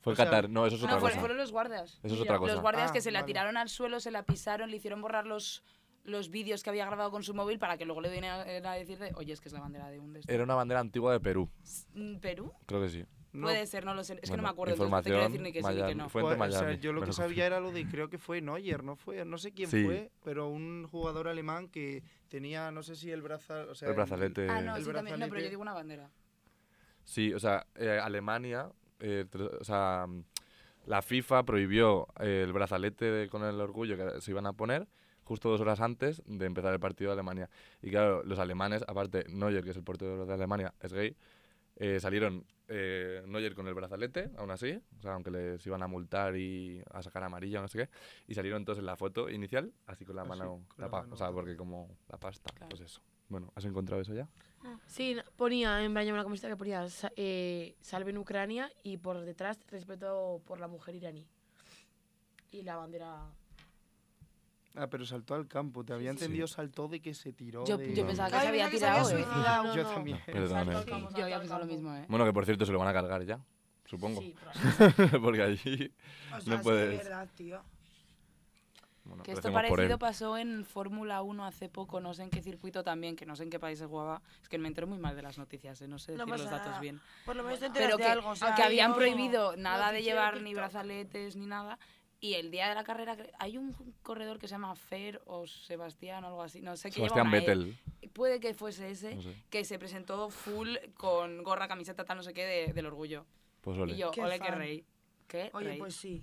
Speaker 3: Fue
Speaker 5: o sea,
Speaker 3: Qatar, no, eso es
Speaker 4: No,
Speaker 3: otra
Speaker 4: fue-
Speaker 3: cosa.
Speaker 4: fueron los guardias.
Speaker 3: Eso es
Speaker 1: Mira,
Speaker 3: otra cosa.
Speaker 4: Los guardias
Speaker 5: Ah,
Speaker 4: que se la
Speaker 5: vale.
Speaker 4: tiraron al suelo, se la pisaron, le hicieron borrar los, los vídeos que había grabado con su móvil para que luego le vinieran eh, a decirle, oye, es que es la bandera de un de estos".
Speaker 3: Era una bandera antigua de Perú,
Speaker 4: Mm, ¿Perú.
Speaker 3: creo que sí.
Speaker 5: No,
Speaker 4: Puede ser, no lo sé. Es que
Speaker 3: Bueno,
Speaker 4: no me acuerdo, entonces no te
Speaker 3: Información,
Speaker 4: quiero decir ni que sí ni que
Speaker 3: Miami-
Speaker 4: no.
Speaker 3: Fuente
Speaker 5: fue- o sea,
Speaker 3: Miami.
Speaker 5: yo lo
Speaker 3: me
Speaker 5: que
Speaker 3: confirmo.
Speaker 5: sabía era lo de, creo que fue Neuer, no fue, no sé quién
Speaker 3: Sí.
Speaker 5: fue, pero un jugador alemán que tenía, no sé si el brazal, o sea,
Speaker 3: Eh, El brazalete.
Speaker 4: Ah, no,
Speaker 5: el
Speaker 4: sí, también. No, pero yo
Speaker 5: brazalete.
Speaker 4: digo una bandera.
Speaker 3: Sí, o sea, eh, Alemania, eh, tr- o sea, mm, la FIFA prohibió eh, el brazalete de- con el orgullo que se iban a poner justo dos horas antes de empezar el partido de Alemania. Y claro, los alemanes, aparte Neuer, que es el portero de Alemania, es gay, eh, salieron eh, Neuer con el brazalete, aún así, o sea, aunque les iban a multar y a sacar amarilla o no sé qué, y salieron todos en la foto inicial, así con la
Speaker 5: Así,
Speaker 3: mano,
Speaker 5: Ah, con
Speaker 3: la
Speaker 5: la
Speaker 3: pa-
Speaker 5: mano
Speaker 3: o sea,
Speaker 5: tapada.
Speaker 3: porque como la pasta,
Speaker 4: Claro.
Speaker 3: pues eso. Bueno, ¿has encontrado eso ya?
Speaker 1: Sí, no, ponía en Braña una camiseta que ponía sa- eh, Salve en Ucrania y por detrás respeto por la mujer iraní. Y la bandera.
Speaker 5: Ah, pero saltó al campo, te había
Speaker 3: sí, sí.
Speaker 5: entendido, saltó de que se tiró.
Speaker 4: Yo,
Speaker 5: de- Ah,
Speaker 4: yo
Speaker 3: No.
Speaker 4: pensaba que
Speaker 2: Ay,
Speaker 4: se había
Speaker 2: pensaba que se había
Speaker 4: tirado. ¿eh?
Speaker 2: suicidado. No,
Speaker 5: Yo
Speaker 3: [laughs]
Speaker 5: también.
Speaker 3: Perdón,
Speaker 1: Salto
Speaker 3: eh.
Speaker 1: al campo,
Speaker 4: Yo había
Speaker 1: salto al
Speaker 4: pensado lo
Speaker 1: campo.
Speaker 4: mismo, ¿eh?
Speaker 3: Bueno, que por cierto se lo van a cargar ya, supongo.
Speaker 1: Sí, [laughs] probablemente.
Speaker 3: [laughs] Porque allí.
Speaker 2: O sea,
Speaker 3: No
Speaker 2: sí,
Speaker 3: puedes.
Speaker 2: de verdad, tío.
Speaker 3: Bueno,
Speaker 4: Que esto
Speaker 3: recemos por
Speaker 4: parecido
Speaker 3: él.
Speaker 4: pasó en Fórmula 1 hace poco, no sé en qué circuito también, que no sé en qué país se jugaba. Es que me entero muy mal de las noticias, ¿eh? no sé
Speaker 2: No
Speaker 4: decir los
Speaker 2: pasa
Speaker 4: datos
Speaker 2: nada.
Speaker 4: bien.
Speaker 2: Por lo menos te enteras
Speaker 4: Pero
Speaker 2: de
Speaker 4: que,
Speaker 2: algo. o sea,
Speaker 4: que
Speaker 2: yo-
Speaker 4: habían prohibido nada de
Speaker 2: noticiero
Speaker 4: llevar ni
Speaker 2: TikTok.
Speaker 4: brazaletes ni nada. Y el día de la carrera, cre- hay un corredor que se llama Fer o Sebastián o algo así, no sé qué lleva
Speaker 3: Sebastián
Speaker 4: una E.
Speaker 3: Vettel.
Speaker 4: Puede que fuese ese,
Speaker 3: No sé.
Speaker 4: que se presentó full con gorra, camiseta, tal, no sé qué, de- del orgullo.
Speaker 3: Pues ole.
Speaker 4: Y yo,
Speaker 2: Qué
Speaker 4: ole, qué
Speaker 2: fan.
Speaker 4: rey. Qué
Speaker 2: Oye,
Speaker 4: rey.
Speaker 2: pues sí.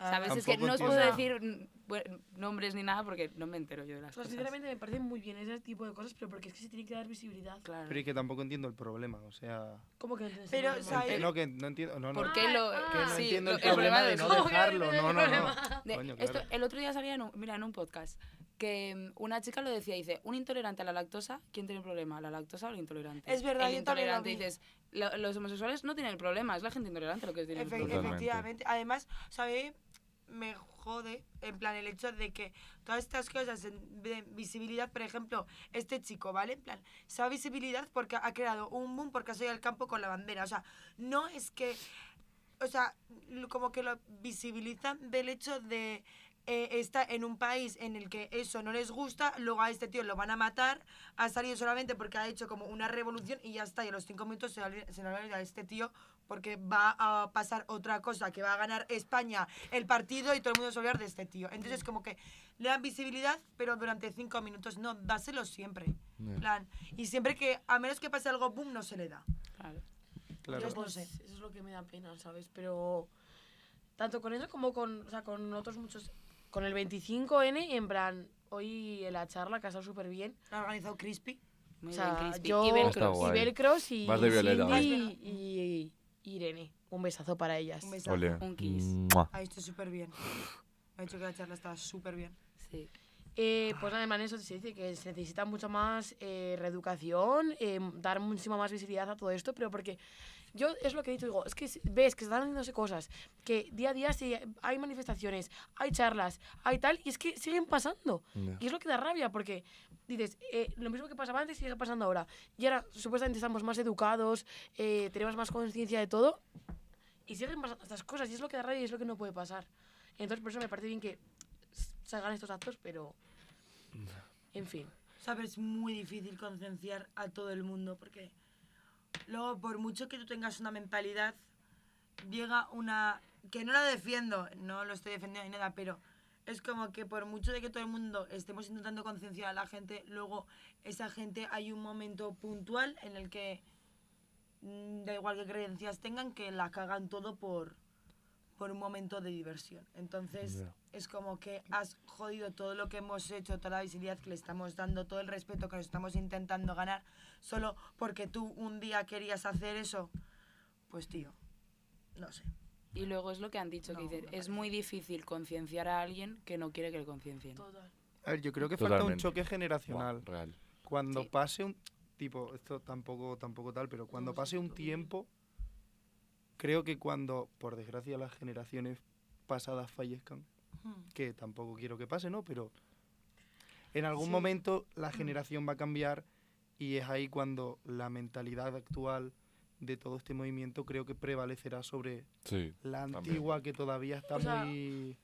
Speaker 2: Ah,
Speaker 4: ¿Sabes? Es que
Speaker 5: Tampoco
Speaker 4: no os
Speaker 5: tiene-
Speaker 4: puedo
Speaker 5: O sea-
Speaker 4: decir mm, bueno, nombres ni nada porque no me entero yo de las
Speaker 1: O sea,
Speaker 2: Pues
Speaker 4: cosas.
Speaker 1: Pues sinceramente me parecen muy bien ese tipo de cosas, pero porque es que se tiene que dar visibilidad.
Speaker 4: Claro.
Speaker 5: Pero es que tampoco entiendo el problema, o sea...
Speaker 1: ¿Cómo que no entiendes?
Speaker 2: Pero,
Speaker 1: el
Speaker 2: ¿sabes?
Speaker 5: que
Speaker 2: él-
Speaker 5: no, que no entiendo... No, no,
Speaker 4: eh, ¿Por qué lo...?
Speaker 2: Ah,
Speaker 5: Que no
Speaker 4: sí,
Speaker 5: entiendo
Speaker 4: lo-
Speaker 5: el problema de
Speaker 4: es-
Speaker 5: no
Speaker 1: ¿Cómo que no
Speaker 5: dejarlo,
Speaker 1: entiendes
Speaker 5: no,
Speaker 1: el
Speaker 5: no, no.
Speaker 1: problema?
Speaker 4: de-
Speaker 5: Coño,
Speaker 4: esto-
Speaker 5: claro.
Speaker 4: el otro día salía en un, mira, en un podcast que mm, una chica lo decía, dice, un intolerante a la lactosa, ¿quién tiene el problema? ¿La lactosa o el intolerante?
Speaker 2: Es verdad,
Speaker 4: el
Speaker 2: yo también lo
Speaker 4: intolerante.
Speaker 2: vi.
Speaker 4: dices, "Lo- los homosexuales no tienen el problema, es la gente intolerante lo que tiene el
Speaker 2: Efe-
Speaker 4: problema.
Speaker 3: Totalmente.
Speaker 2: efectivamente. Además, ¿sabéis? me jode, en plan, el hecho de que todas estas cosas en- de visibilidad, por ejemplo, este chico, ¿vale? En plan, se da visibilidad porque ha creado un boom porque ha salido al campo con la bandera. O sea, no es que, o sea, lo- como que lo visibilizan del hecho de eh, estar en un país en el que eso no les gusta, luego a este tío lo van a matar, ha salido solamente porque ha hecho como una revolución y ya está, y a los cinco minutos se le olvida- se le olvida a este tío porque va a pasar otra cosa, que va a ganar España el partido y todo el mundo se va a olvidar de este tío. Entonces, como que le dan visibilidad, pero durante cinco minutos no, dáselo siempre.
Speaker 3: Ya.
Speaker 2: Plan, y siempre que, a menos que pase algo, boom, no se le da.
Speaker 4: Claro.
Speaker 5: Claro.
Speaker 1: Yo, pues,
Speaker 2: No
Speaker 1: Eso es lo que me da pena, ¿sabes? Pero tanto con eso como con, o sea, con otros muchos. Con el 25N, en plan, hoy en la charla que ha estado súper bien.
Speaker 2: Lo ha organizado Crispy.
Speaker 4: Muy
Speaker 1: O sea,
Speaker 4: bien, Crispy.
Speaker 1: yo-
Speaker 4: Y Velcro.
Speaker 3: Está
Speaker 1: Y
Speaker 3: guay.
Speaker 1: Belcros y
Speaker 3: Vas de Violeta.
Speaker 1: Cindy y, y Irene. Un besazo para ellas.
Speaker 2: Un besazo.
Speaker 3: Ole.
Speaker 4: Un kiss.
Speaker 3: Mua.
Speaker 2: Ha hecho súper bien. Ha dicho que la charla estaba súper bien.
Speaker 4: Sí.
Speaker 1: Eh, pues nada, en eso se dice que se necesita mucho más eh, reeducación, eh, dar muchísima más visibilidad a todo esto, pero porque yo es lo que he dicho, digo, es que si- ves que se están haciéndose cosas, que día a día sí hay manifestaciones, hay charlas, hay tal, y es que siguen pasando.
Speaker 3: Ya.
Speaker 1: Y es lo que da rabia, porque dices, eh, lo mismo que pasaba antes sigue pasando ahora. Y ahora supuestamente estamos más educados, eh, tenemos más conciencia de todo, y siguen pasando estas cosas, y es lo que da rabia y es lo que no puede pasar. Entonces, por eso me parece bien que s- salgan estos actos, pero. En fin.
Speaker 2: O sea, pero es muy difícil concienciar a todo el mundo porque luego, por mucho que tú tengas una mentalidad, llega una... que no la defiendo, no lo estoy defendiendo ni nada, pero es como que por mucho de que todo el mundo estemos intentando concienciar a la gente, luego esa gente hay un momento puntual en el que mm, da igual qué creencias tengan, que la cagan todo por, por un momento de diversión. Entonces,
Speaker 3: Ya.
Speaker 2: es como que has jodido todo lo que hemos hecho, toda la visibilidad que le estamos dando, todo el respeto que nos estamos intentando ganar, solo porque tú un día querías hacer eso. Pues tío, no sé.
Speaker 4: Y luego es lo que han dicho, que
Speaker 2: No,
Speaker 4: dicen,
Speaker 2: me
Speaker 4: es
Speaker 2: parece.
Speaker 4: muy difícil concienciar a alguien que no quiere que le conciencien.
Speaker 1: Total.
Speaker 5: A ver, yo creo que falta un
Speaker 3: Totalmente.
Speaker 5: choque
Speaker 3: Mua,
Speaker 5: generacional.
Speaker 3: Real.
Speaker 5: Cuando
Speaker 4: Sí.
Speaker 5: pase un tipo, esto tampoco, tampoco tal, pero cuando
Speaker 1: sí,
Speaker 5: pase un
Speaker 1: tú-
Speaker 5: tiempo, creo que cuando, por desgracia, las generaciones pasadas fallezcan, que tampoco quiero que pase, ¿no? Pero en algún
Speaker 2: Sí.
Speaker 5: momento la generación va a cambiar y es ahí cuando la mentalidad actual de todo este movimiento creo que prevalecerá sobre
Speaker 3: Sí.
Speaker 5: la
Speaker 3: También.
Speaker 5: antigua que todavía está
Speaker 1: O sea,
Speaker 5: muy...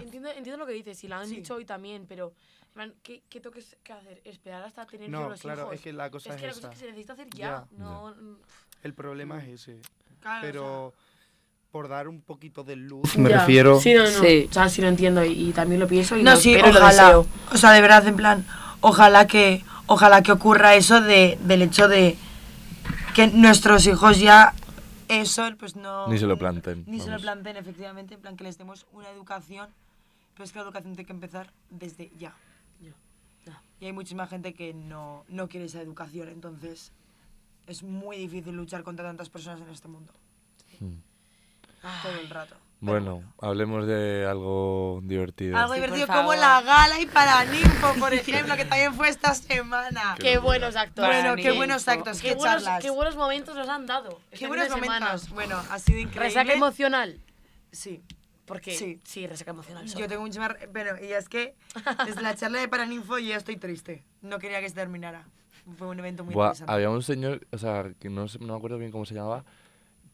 Speaker 1: Entiendo, entiendo lo que dices, y la han
Speaker 2: Sí.
Speaker 1: dicho hoy también, pero. en plan, ¿qué, ¿Qué toques que hacer? ¿Esperar hasta tener yo
Speaker 5: No,
Speaker 1: los
Speaker 5: claro,
Speaker 1: hijos?
Speaker 5: es que la
Speaker 1: Es
Speaker 5: cosa es,
Speaker 1: que la
Speaker 5: esa.
Speaker 1: cosa es que se necesita hacer ya.
Speaker 5: Ya.
Speaker 1: No. mm,
Speaker 5: El problema es ese.
Speaker 2: Claro, Ah, o sea,
Speaker 5: pero por dar un poquito de luz.
Speaker 1: Ya. Sí, no, no.
Speaker 4: Sí.
Speaker 1: O sea, sí lo entiendo y, y también lo pienso y
Speaker 2: No,
Speaker 1: lo
Speaker 2: sí,
Speaker 1: espero y lo
Speaker 2: ojalá.
Speaker 1: deseo.
Speaker 2: O sea, de verdad, en plan, ojalá que, ojalá que ocurra eso de, del hecho de que nuestros hijos ya eso, pues no...
Speaker 3: Ni se lo planten,
Speaker 2: Ni se lo
Speaker 3: vamos.
Speaker 2: planten, efectivamente, en plan que les demos una educación, pero es que la educación tiene que empezar desde ya.
Speaker 1: Ya, ya.
Speaker 2: Y hay muchísima gente que no, no quiere esa educación, entonces es muy difícil luchar contra tantas personas en este mundo,
Speaker 3: Mm.
Speaker 2: todo el rato.
Speaker 3: Bueno, hablemos de algo divertido.
Speaker 2: Algo
Speaker 4: Sí, por
Speaker 2: divertido como
Speaker 4: favor.
Speaker 2: la gala y para Ninfo, por ejemplo, que también fue esta semana.
Speaker 1: Qué buenos actos.
Speaker 2: Bueno,
Speaker 4: Para
Speaker 2: qué
Speaker 4: mí,
Speaker 2: buenos
Speaker 4: po-
Speaker 2: actos, qué,
Speaker 1: qué, buenos,
Speaker 2: charlas.
Speaker 1: qué buenos momentos nos han dado.
Speaker 2: Qué
Speaker 1: este fin
Speaker 2: buenos
Speaker 1: de semana.
Speaker 2: momentos. Bueno, ha sido increíble.
Speaker 1: Resaca emocional.
Speaker 2: Sí.
Speaker 1: Porque
Speaker 2: Sí.
Speaker 1: sí, resaca emocional. solo.
Speaker 2: Yo tengo un chimar... Bueno, y es que desde la charla de Paraninfo yo ya estoy triste. No quería que se terminara. Fue un evento muy
Speaker 3: Buah,
Speaker 2: interesante.
Speaker 3: había un señor, o sea, que no, sé- no me acuerdo bien cómo se llamaba,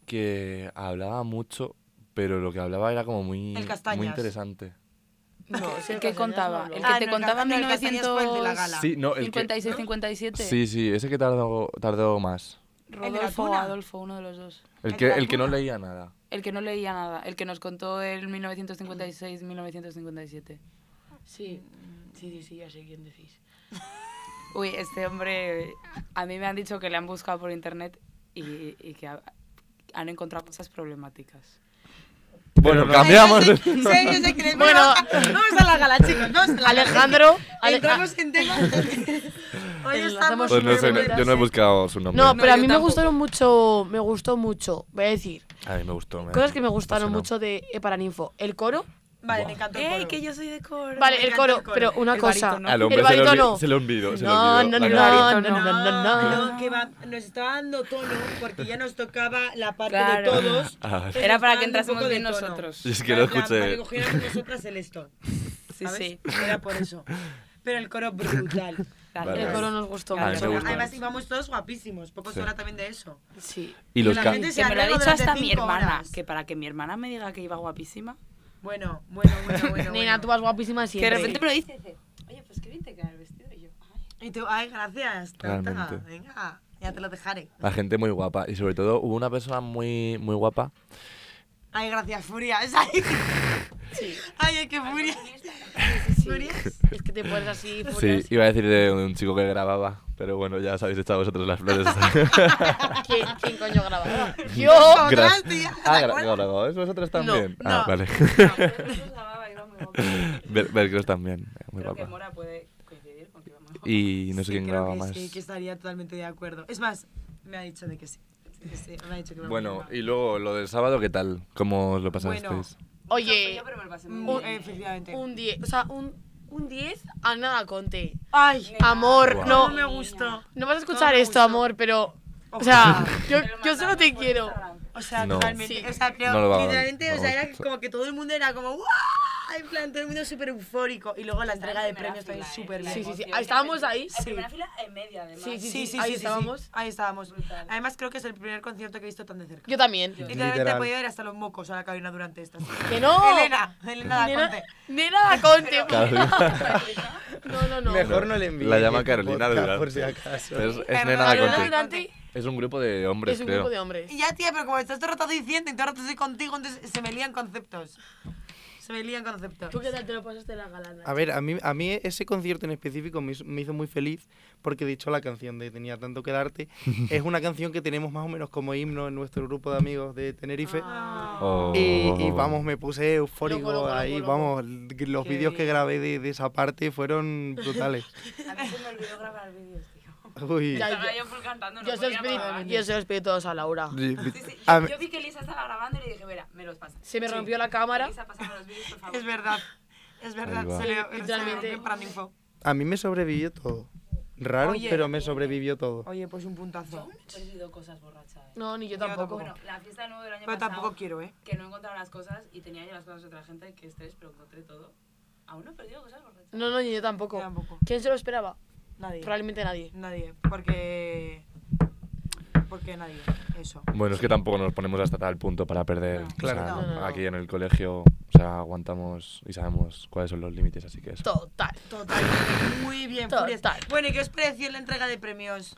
Speaker 3: que hablaba mucho, pero lo que hablaba era como muy,
Speaker 2: El Castañas.
Speaker 3: muy interesante.
Speaker 1: No,
Speaker 4: El que contaba, el
Speaker 2: Ah, no,
Speaker 4: que te
Speaker 2: el
Speaker 4: contaba
Speaker 2: Castañas-
Speaker 4: en
Speaker 2: no, el Castañas fue el de la gala.
Speaker 3: Sí, no, el que-
Speaker 4: 56, 57.
Speaker 3: Sí, sí, ese que tardó, tardó más.
Speaker 2: ¿El de la
Speaker 4: Rodolfo o
Speaker 2: tuna?
Speaker 4: Adolfo, uno de los dos.
Speaker 3: El
Speaker 2: El
Speaker 3: que,
Speaker 2: de la
Speaker 3: el que no
Speaker 2: tuna.
Speaker 3: leía nada.
Speaker 4: El que no leía nada, el que nos contó el 1956-1957.
Speaker 1: Sí, sí, sí, sí, ya sé quién decís.
Speaker 4: Uy, este hombre, a mí me han dicho que le han buscado por internet y, y que ha- han encontrado cosas problemáticas.
Speaker 3: Bueno, cambiamos
Speaker 2: Sí,
Speaker 3: de...
Speaker 2: sí, sí, sí, que les-
Speaker 1: Bueno.
Speaker 2: vamos a la gala, chicos. Vamos a la
Speaker 1: [laughs]
Speaker 2: gala.
Speaker 1: Alejandro,
Speaker 2: [laughs]
Speaker 1: Ale-
Speaker 2: Entramos en temas. Hoy
Speaker 1: Enlazamos
Speaker 2: estamos...
Speaker 3: Pues no
Speaker 1: Súper
Speaker 3: sé, no-
Speaker 1: bonita,
Speaker 3: yo no he
Speaker 1: sí.
Speaker 3: buscado su nombre.
Speaker 1: Ah, No, pero a
Speaker 4: yo
Speaker 1: mí me
Speaker 4: tampoco.
Speaker 1: gustaron mucho, me gustó mucho, voy a decir,
Speaker 3: A mí me gustó. me- pues
Speaker 1: cosas que me gustaron
Speaker 3: apasionó.
Speaker 1: mucho de Paraninfo. El coro,
Speaker 2: Vale,
Speaker 3: Buah.
Speaker 2: me encantó. el
Speaker 4: ¡Ey,
Speaker 2: coro.
Speaker 4: Eh, que yo soy de coro!
Speaker 1: Vale, el coro,
Speaker 2: El coro.
Speaker 1: pero una
Speaker 4: El
Speaker 1: cosa.
Speaker 4: barítono.
Speaker 3: Al
Speaker 1: Ah, El
Speaker 3: hombre se le,
Speaker 1: barítono.
Speaker 3: olvi- se le olvidó. se le
Speaker 1: No,
Speaker 3: olvidó
Speaker 1: no,
Speaker 3: la
Speaker 1: no,
Speaker 3: canción.
Speaker 1: no, no, no, no.
Speaker 2: No, que va, nos estaba dando tono porque ya nos tocaba la parte
Speaker 4: Claro.
Speaker 2: de todos.
Speaker 3: Ah,
Speaker 4: Era para
Speaker 2: Nos estaba dando un poco
Speaker 4: que entrásemos
Speaker 2: de
Speaker 4: bien
Speaker 2: tono.
Speaker 4: nosotros.
Speaker 3: es que lo
Speaker 2: En plan, Para
Speaker 3: escuché.
Speaker 2: que cogiéramos nosotras el esto.
Speaker 4: Sí,
Speaker 2: ¿sabes?
Speaker 4: sí.
Speaker 2: Era por eso. Pero el coro brutal.
Speaker 4: Gracias.
Speaker 3: Vale.
Speaker 1: El coro nos gustó
Speaker 4: A mí me
Speaker 1: mucho.
Speaker 3: gustó.
Speaker 2: Además íbamos todos guapísimos. Poco
Speaker 3: Sí.
Speaker 2: sobra también de eso.
Speaker 1: Sí.
Speaker 3: Y los
Speaker 2: la
Speaker 3: ca-
Speaker 2: gente-
Speaker 4: Que me lo ha
Speaker 2: Algo
Speaker 4: dicho hasta
Speaker 2: durante
Speaker 4: mi
Speaker 2: cinco
Speaker 4: hermana.
Speaker 2: horas.
Speaker 4: Que para que mi hermana me diga que iba guapísima.
Speaker 2: Bueno, bueno, bueno,
Speaker 4: [laughs]
Speaker 2: bueno.
Speaker 1: Nena, tú vas
Speaker 2: bueno.
Speaker 1: guapísima
Speaker 4: Que de
Speaker 1: siempre.
Speaker 4: repente me lo [laughs] dice. dice, Oye, pues qué bien te queda el vestido. Y yo, "Ay".
Speaker 2: Y tú, ay, gracias. tonta,
Speaker 3: Realmente.
Speaker 2: Venga, ya te lo dejaré.
Speaker 3: La gente muy guapa. Y sobre todo hubo una persona muy, muy guapa.
Speaker 2: Ay, gracias, Furia. [laughs] Es ahí. Ay, ay, qué furia.
Speaker 1: Sí,
Speaker 2: Furia.
Speaker 1: [laughs] Es que te pones así.
Speaker 3: Sí,
Speaker 1: furias.
Speaker 3: iba a decir de un chico que grababa. Pero bueno, ya sabéis, echado vosotros las flores. [laughs]
Speaker 1: ¿Quién, quién coño grababa? Yo.
Speaker 2: Nosotras,
Speaker 3: Gracias.
Speaker 2: tía, ¿te
Speaker 3: Ah,
Speaker 2: acuerdas?
Speaker 3: ¿grababais vosotros también?
Speaker 2: no.
Speaker 3: Ah, vale. [laughs]
Speaker 4: Nosotros lavaba y íbamos muy guapos.
Speaker 3: Ver- Vercros también. Muy
Speaker 4: Creo que
Speaker 3: guapa.
Speaker 4: Mora puede coincidir con que íbamos guapos.
Speaker 3: Y no sé
Speaker 2: Sí,
Speaker 3: quién
Speaker 2: creo
Speaker 3: grababa
Speaker 2: que
Speaker 3: más.
Speaker 2: Sí, que estaría totalmente de acuerdo. Es más, me ha dicho de que sí. Que sí, me ha dicho que me
Speaker 3: Bueno,
Speaker 2: acuerdo.
Speaker 3: y luego lo del sábado, ¿qué tal? ¿Cómo os lo pasasteis?
Speaker 4: Yo,
Speaker 1: Oye,
Speaker 4: pero me lo pasé
Speaker 2: Mm,
Speaker 4: muy bien.
Speaker 2: eh, efectivamente.
Speaker 1: un 10. O sea, un, un 10 a nada conté.
Speaker 2: Ay,
Speaker 1: Amor,
Speaker 3: Guau.
Speaker 1: no.
Speaker 2: no me gustó.
Speaker 1: No vas a escuchar
Speaker 2: No me
Speaker 1: esto,
Speaker 2: gustó.
Speaker 1: amor, pero. O
Speaker 2: Ojalá.
Speaker 1: sea, yo,
Speaker 4: Me lo
Speaker 1: yo solo te
Speaker 4: mandaron por
Speaker 1: quiero.
Speaker 4: Instagram.
Speaker 2: O sea,
Speaker 3: No.
Speaker 2: totalmente.
Speaker 1: Sí.
Speaker 2: O sea, pero
Speaker 3: No lo va a dar,
Speaker 2: literalmente,
Speaker 3: no
Speaker 2: o
Speaker 3: lo
Speaker 2: sea,
Speaker 3: va a
Speaker 2: era
Speaker 3: escuchar.
Speaker 2: como que todo el mundo era como ¡guau! En plan, todo el mundo súper eufórico. Y luego la entrega de premios también
Speaker 4: eh,
Speaker 2: súper bien.
Speaker 1: Sí, sí, sí.
Speaker 4: Emoción.
Speaker 1: Estábamos ahí.
Speaker 4: En primera fila, en media, además.
Speaker 1: Sí,
Speaker 2: Sí, sí, sí,
Speaker 1: ahí
Speaker 2: sí, sí.
Speaker 1: estábamos.
Speaker 2: Ahí estábamos.
Speaker 4: Brutal.
Speaker 2: Además, creo que es el primer concierto que he visto tan de cerca.
Speaker 1: Yo también.
Speaker 2: Literalmente he
Speaker 5: Literal.
Speaker 2: podido ir hasta los mocos a la cabina durante estas.
Speaker 1: Que no.
Speaker 2: Elena, Elena da
Speaker 1: Nena,
Speaker 2: Conte.
Speaker 1: nena da conte.
Speaker 3: Claro.
Speaker 1: No, no, no.
Speaker 5: Mejor
Speaker 3: No,
Speaker 5: no le envíes.
Speaker 3: la llama
Speaker 5: este
Speaker 3: Carolina
Speaker 5: podcast,
Speaker 3: Durante.
Speaker 5: Por si acaso.
Speaker 3: Pero es, es
Speaker 2: Perdona,
Speaker 3: nena
Speaker 2: Carolina
Speaker 1: Carolina
Speaker 3: Conte.
Speaker 1: Durante
Speaker 3: Es un grupo de hombres,
Speaker 1: es un
Speaker 3: creo.
Speaker 1: grupo de hombres.
Speaker 2: Y ya, tía, pero como estás todo el rato diciendo y todo el rato estoy contigo, entonces se me lían conceptos. Se me lían conceptos.
Speaker 1: ¿Tú qué tal te lo pasaste la galana?
Speaker 5: A ver, a mí, a mí ese concierto en específico me hizo, me hizo muy feliz porque, de hecho, la canción de Tenía tanto que
Speaker 3: [laughs]
Speaker 5: darte es una canción que tenemos más o menos como himno en nuestro grupo de amigos de Tenerife.
Speaker 3: Oh.
Speaker 5: Y, y vamos, me puse eufórico
Speaker 1: Loco, loco, loco,
Speaker 5: ahí,
Speaker 1: loco.
Speaker 5: vamos, l- los
Speaker 2: Qué
Speaker 5: vídeos que
Speaker 2: bien.
Speaker 5: grabé de, de esa parte fueron brutales.
Speaker 4: A mí se me olvidó grabar vídeos, tío.
Speaker 5: Uy.
Speaker 1: Ya,
Speaker 4: Estaba
Speaker 1: yo-
Speaker 4: yo full cantando, no
Speaker 1: Yo se los
Speaker 4: podía
Speaker 1: pedí,
Speaker 4: parar.
Speaker 1: yo se los pedí todos a Laura.
Speaker 5: Y-
Speaker 4: Sí, sí,
Speaker 5: a
Speaker 4: yo,
Speaker 5: mí-
Speaker 4: yo vi que Lisa estaba grabando y le dije, mira, me los pasa.
Speaker 1: Se me rompió la cámara.
Speaker 4: Lisa, pásame los vídeos, por favor.
Speaker 2: Es verdad. Es verdad.
Speaker 3: Ahí va.
Speaker 2: Se le
Speaker 1: Literalmente.
Speaker 2: literalmente para info.
Speaker 5: A mí me sobrevivió todo. Raro,
Speaker 2: Oye.
Speaker 5: pero me sobrevivió todo.
Speaker 2: Oye, pues un puntazo.
Speaker 4: He perdido cosas borrachas, eh.
Speaker 1: No, ni yo
Speaker 2: Yo
Speaker 1: tampoco.
Speaker 2: tampoco.
Speaker 4: Bueno, la fiesta de nuevo del año
Speaker 2: Pero
Speaker 4: pasado,
Speaker 2: tampoco quiero, ¿eh?
Speaker 4: que no encontraba las cosas y tenía yo las cosas de otra gente, que estrés, pero encontré todo. Aún no he perdido cosas borrachas.
Speaker 1: No, no, ni yo
Speaker 2: Yo
Speaker 1: tampoco.
Speaker 2: Tampoco.
Speaker 1: ¿Quién se lo esperaba?
Speaker 2: Nadie.
Speaker 1: Probablemente nadie.
Speaker 2: Nadie. Porque. Porque nadie. Eso.
Speaker 3: Bueno, es que tampoco nos ponemos hasta tal punto para perder.
Speaker 4: No.
Speaker 3: O
Speaker 5: Claro.
Speaker 3: sea,
Speaker 2: No,
Speaker 1: no, no.
Speaker 3: Aquí en el colegio, o sea, aguantamos y sabemos cuáles son los límites, así que eso.
Speaker 1: Total.
Speaker 2: Total. Muy bien,
Speaker 1: Total.
Speaker 2: Furias. Bueno, ¿y qué os pareció la entrega de premios?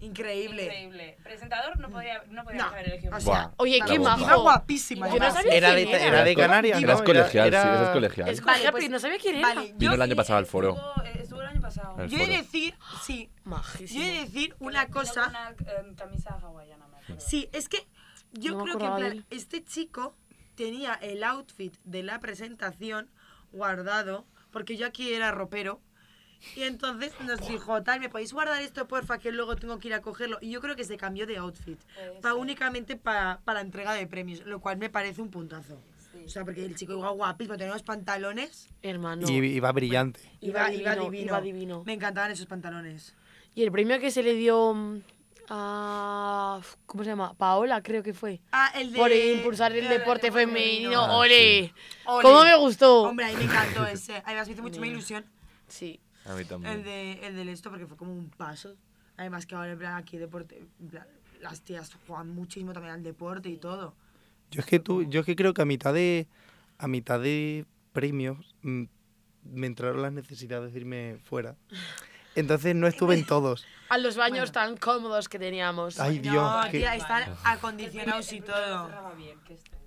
Speaker 2: Increíble.
Speaker 4: Increíble. Presentador no podía, no podía
Speaker 2: No,
Speaker 4: haber elegido.
Speaker 2: o sea,
Speaker 3: Buah.
Speaker 1: Oye,
Speaker 3: La
Speaker 1: qué
Speaker 3: bomba.
Speaker 2: Iba
Speaker 1: majo.
Speaker 2: guapísima.
Speaker 1: Yo no
Speaker 2: además.
Speaker 1: sabía
Speaker 5: Era
Speaker 1: quién
Speaker 5: de-
Speaker 1: era.
Speaker 5: era de Canarias,
Speaker 3: Eras
Speaker 5: ¿no?
Speaker 3: colegial,
Speaker 5: Era-
Speaker 3: sí, esa es
Speaker 5: era-
Speaker 3: colegial.
Speaker 1: Es
Speaker 2: Vale,
Speaker 1: colegial,
Speaker 2: pues-
Speaker 1: pero no sabía quién era.
Speaker 2: Vale, yo,
Speaker 3: Vino el año
Speaker 4: Sí,
Speaker 3: pasado al
Speaker 4: estuvo-
Speaker 3: foro.
Speaker 4: eh, Estuvo el año pasado.
Speaker 3: Al
Speaker 2: yo he de
Speaker 3: foro.
Speaker 2: decir, sí, yo
Speaker 1: Majísimo.
Speaker 2: he de decir
Speaker 4: Que
Speaker 2: una
Speaker 4: vino con
Speaker 2: cosa.
Speaker 4: Una eh, camisa hawaiana, me acuerdo.
Speaker 2: Sí, es que yo
Speaker 1: No me
Speaker 2: creo que en
Speaker 1: acordaba de
Speaker 2: plan, este chico tenía el outfit de la presentación guardado, porque yo aquí era ropero. Y entonces nos dijo, tal, ¿me podéis guardar esto, porfa? Que luego tengo que ir a cogerlo. Y yo creo que se cambió de outfit.
Speaker 4: Puede
Speaker 2: pa-
Speaker 4: ser.
Speaker 2: únicamente pa- para la entrega de premios, lo cual me parece un puntazo.
Speaker 4: Sí.
Speaker 2: O sea, porque el chico iba guapísimo, tenía unos pantalones.
Speaker 1: Hermano.
Speaker 5: Y, y va brillante.
Speaker 2: Iba, iba divino,
Speaker 1: Iba divino.
Speaker 2: Me encantaban esos pantalones.
Speaker 1: Y el premio que se le dio mm, a. ¿Cómo se llama? Paola, creo que fue.
Speaker 2: Ah, el de...
Speaker 1: Por impulsar el deporte
Speaker 3: Ah,
Speaker 1: femenino.
Speaker 3: sí.
Speaker 1: ¡Ole!
Speaker 2: Ole.
Speaker 1: ¿Cómo me gustó?
Speaker 2: Hombre, ahí me encantó ese. Además me hizo mucho más
Speaker 1: Mira.
Speaker 2: ilusión
Speaker 1: Sí.
Speaker 3: A mí también.
Speaker 2: El, de, el del esto, porque fue como un paso. Además que ahora en plan aquí deporte, en plan, las tías juegan muchísimo también al deporte y todo.
Speaker 5: Yo es que tú, yo es que creo que a mitad de a mitad de premios mm, me entraron las necesidades de irme fuera. Entonces no estuve en todos.
Speaker 1: A los baños
Speaker 2: Bueno.
Speaker 1: tan cómodos que teníamos.
Speaker 5: Ay Dios,
Speaker 2: no,
Speaker 5: que-
Speaker 2: tía, están
Speaker 4: El primer-
Speaker 2: acondicionados
Speaker 4: el
Speaker 2: y
Speaker 4: primero
Speaker 2: todo.
Speaker 4: cerraba bien, qué estrés.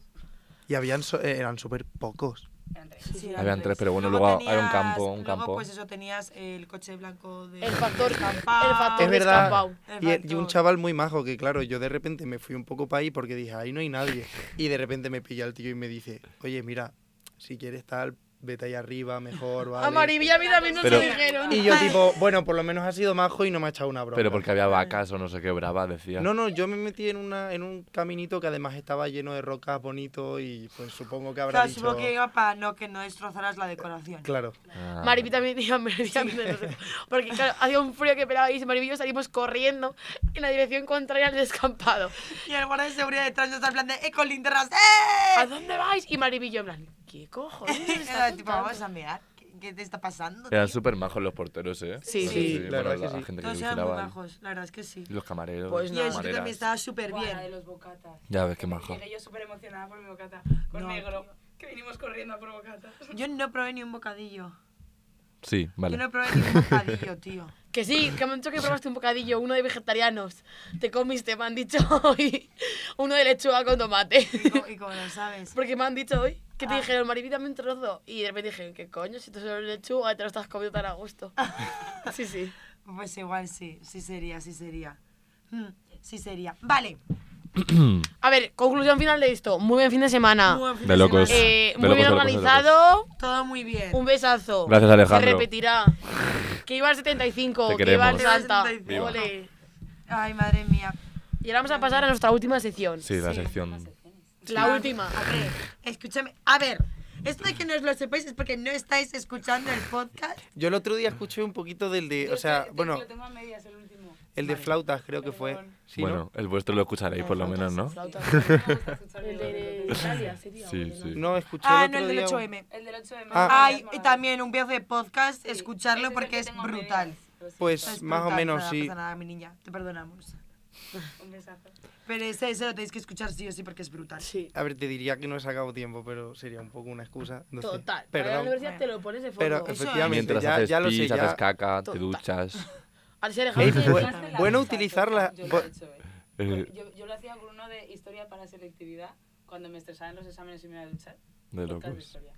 Speaker 5: y habían so- eh, eran súper pocos.
Speaker 4: Eran tres.
Speaker 2: Sí, eran
Speaker 3: Habían tres, pero bueno,
Speaker 2: Luego
Speaker 3: luego era un campo,
Speaker 2: tenías-
Speaker 3: un
Speaker 2: luego,
Speaker 3: campo.
Speaker 2: pues eso, tenías el coche blanco de...
Speaker 1: El factor-
Speaker 2: descampado.
Speaker 1: el factor
Speaker 5: Es verdad.
Speaker 1: descampado.
Speaker 5: Y, y un
Speaker 2: factor.
Speaker 5: chaval muy majo que claro, yo de repente me fui un poco para ahí porque dije, ahí no hay nadie. Y de repente me pilla el tío y me dice, oye, mira, si quieres tal, vete ahí arriba, mejor, vale.
Speaker 1: A Maribilla a mí también nos
Speaker 3: Pero-
Speaker 1: lo dijeron.
Speaker 5: Y yo tipo, bueno, por lo menos ha sido majo y no me ha echado una broma.
Speaker 3: Pero porque había vacas o no sé qué brava, decía.
Speaker 5: No, no, yo me metí en una en un caminito que además estaba lleno de rocas bonito y pues supongo que habrá
Speaker 2: Claro,
Speaker 5: dicho...
Speaker 2: supongo que iba para no, que no destrozaras la decoración.
Speaker 5: Claro.
Speaker 3: Ah.
Speaker 1: Maripi también dijo, Maripi también, no sé. porque claro, hacía un frío que pelaba y Maripi y yo salimos corriendo en la dirección contraria al descampado.
Speaker 2: Y el guardia de seguridad detrás nos está en plan de, ¡eh, con linternas! ¡Eh! [laughs]
Speaker 1: ¿A dónde vais? Y Maripi y yo en plan, ¿qué cojones?
Speaker 2: Era
Speaker 1: está
Speaker 2: tipo,
Speaker 1: contando?".
Speaker 2: vamos a mirar. ¿Qué, qué te está pasando?
Speaker 3: Eran
Speaker 2: tío?
Speaker 3: súper majos los porteros, ¿eh?
Speaker 1: Sí,
Speaker 3: No sé
Speaker 1: sí.
Speaker 3: si-
Speaker 5: La
Speaker 3: bueno,
Speaker 5: verdad que
Speaker 3: la
Speaker 5: sí.
Speaker 3: gente que
Speaker 2: Todos eran muy
Speaker 3: vigilaba.
Speaker 2: bajos, la verdad es que sí.
Speaker 3: Y Los camareros. las
Speaker 2: Pues nada. Y el
Speaker 3: camareras.
Speaker 2: también estaba súper
Speaker 4: Buah, la de
Speaker 2: bien.
Speaker 4: los bocatas.
Speaker 3: Ya ves qué majo.
Speaker 4: Llegué yo súper emocionada por mi bocata, con
Speaker 2: No,
Speaker 4: negro, que vinimos corriendo a por bocatas.
Speaker 2: Yo no probé ni un bocadillo.
Speaker 3: Sí, vale.
Speaker 2: Yo no probé ni un bocadillo, tío.
Speaker 1: Que sí, que me han dicho que probaste un bocadillo, uno de vegetarianos. Te comiste, me han dicho [laughs] hoy. Uno de lechuga con
Speaker 2: [laughs]
Speaker 1: tomate.
Speaker 2: Y co- Y como lo sabes.
Speaker 1: Porque me han dicho hoy que te
Speaker 2: Ah.
Speaker 1: dijeron, Maripi, dame un trozo. Y de repente dije, ¿qué coño? Si tú solo lechuga y te lo estás comiendo tan a
Speaker 2: [laughs]
Speaker 1: gusto. Sí, sí.
Speaker 2: Pues igual sí, sí sería, sí sería. Mm, Sí sería. Vale.
Speaker 1: A ver, conclusión final de esto. Muy buen fin de
Speaker 4: Ah.
Speaker 1: semana.
Speaker 2: Buen fin
Speaker 3: De locos.
Speaker 2: semana.
Speaker 1: Eh,
Speaker 3: Pues, De
Speaker 1: muy bien
Speaker 3: locos, de locos, de
Speaker 1: organizado.
Speaker 2: Todo muy bien.
Speaker 1: Un besazo.
Speaker 3: Gracias, Alejandro.
Speaker 1: Se repetirá. Que iba al 75,
Speaker 3: Te
Speaker 1: que iba al
Speaker 3: queremos.
Speaker 1: Santa.
Speaker 2: Viva.
Speaker 1: Ole.
Speaker 2: Ay, madre mía.
Speaker 1: Y ahora vamos a pasar a nuestra última sección.
Speaker 3: Sí, la
Speaker 2: Sí.
Speaker 3: sección.
Speaker 1: La última.
Speaker 2: A ver, Eh, escúchame. A ver, esto de que no os lo sepáis es porque no estáis escuchando el podcast.
Speaker 5: Yo el otro día escuché un poquito del de, o sea, bueno,
Speaker 4: Lo tengo a medias, el último.
Speaker 5: el de flautas creo que fue.
Speaker 4: Perdón.
Speaker 5: Sí, ¿no?
Speaker 3: bueno, el vuestro lo escucharéis por lo menos, ¿no?
Speaker 1: Flauta. El de
Speaker 4: [laughs] El
Speaker 1: Italia sería,
Speaker 3: Sí,
Speaker 1: ¿no?
Speaker 3: sí.
Speaker 5: No, escuché
Speaker 2: Ah,
Speaker 5: el
Speaker 2: no,
Speaker 5: otro
Speaker 2: el del
Speaker 5: día.
Speaker 2: 8M.
Speaker 4: del 8M.
Speaker 5: Ah.
Speaker 2: Ay, y también un viaje de podcast,
Speaker 4: Sí, ese
Speaker 2: escucharlo
Speaker 4: el
Speaker 2: porque
Speaker 4: que
Speaker 2: es
Speaker 4: tengo a
Speaker 2: brutal.
Speaker 4: medias. Lo siento,
Speaker 5: Pues
Speaker 2: Es
Speaker 5: más o
Speaker 2: brutal,
Speaker 5: menos
Speaker 2: nada,
Speaker 5: sí.
Speaker 2: pasa nada, mi niña, te perdonamos.
Speaker 4: Un besazo.
Speaker 2: Pero ese, ese lo tenéis que escuchar sí o sí porque es brutal.
Speaker 1: Sí.
Speaker 5: A ver, te diría que no he sacado tiempo, pero sería un poco una excusa. entonces,
Speaker 1: Total. Para la
Speaker 5: Perdón.
Speaker 1: universidad te lo pones de fondo.
Speaker 5: Pero
Speaker 2: Eso es.
Speaker 5: efectivamente,
Speaker 3: Mientras
Speaker 5: ya,
Speaker 3: haces
Speaker 5: ya lo sé,
Speaker 3: pis, haces
Speaker 5: ya.
Speaker 3: caca, te
Speaker 1: Total.
Speaker 3: duchas.
Speaker 1: Ahora sí,
Speaker 5: Ey,
Speaker 1: Alejandro,
Speaker 5: bu-
Speaker 1: sí,
Speaker 5: bueno,
Speaker 1: Alejandro.
Speaker 5: utilizarla-
Speaker 4: Yo lo,
Speaker 5: bu-
Speaker 4: he hecho, ¿eh?
Speaker 3: Eh,
Speaker 4: yo, yo lo hacía con uno de historia para selectividad, cuando me estresaban los exámenes y me iba a duchar.
Speaker 3: de
Speaker 4: podcast de
Speaker 3: locos.
Speaker 4: historia.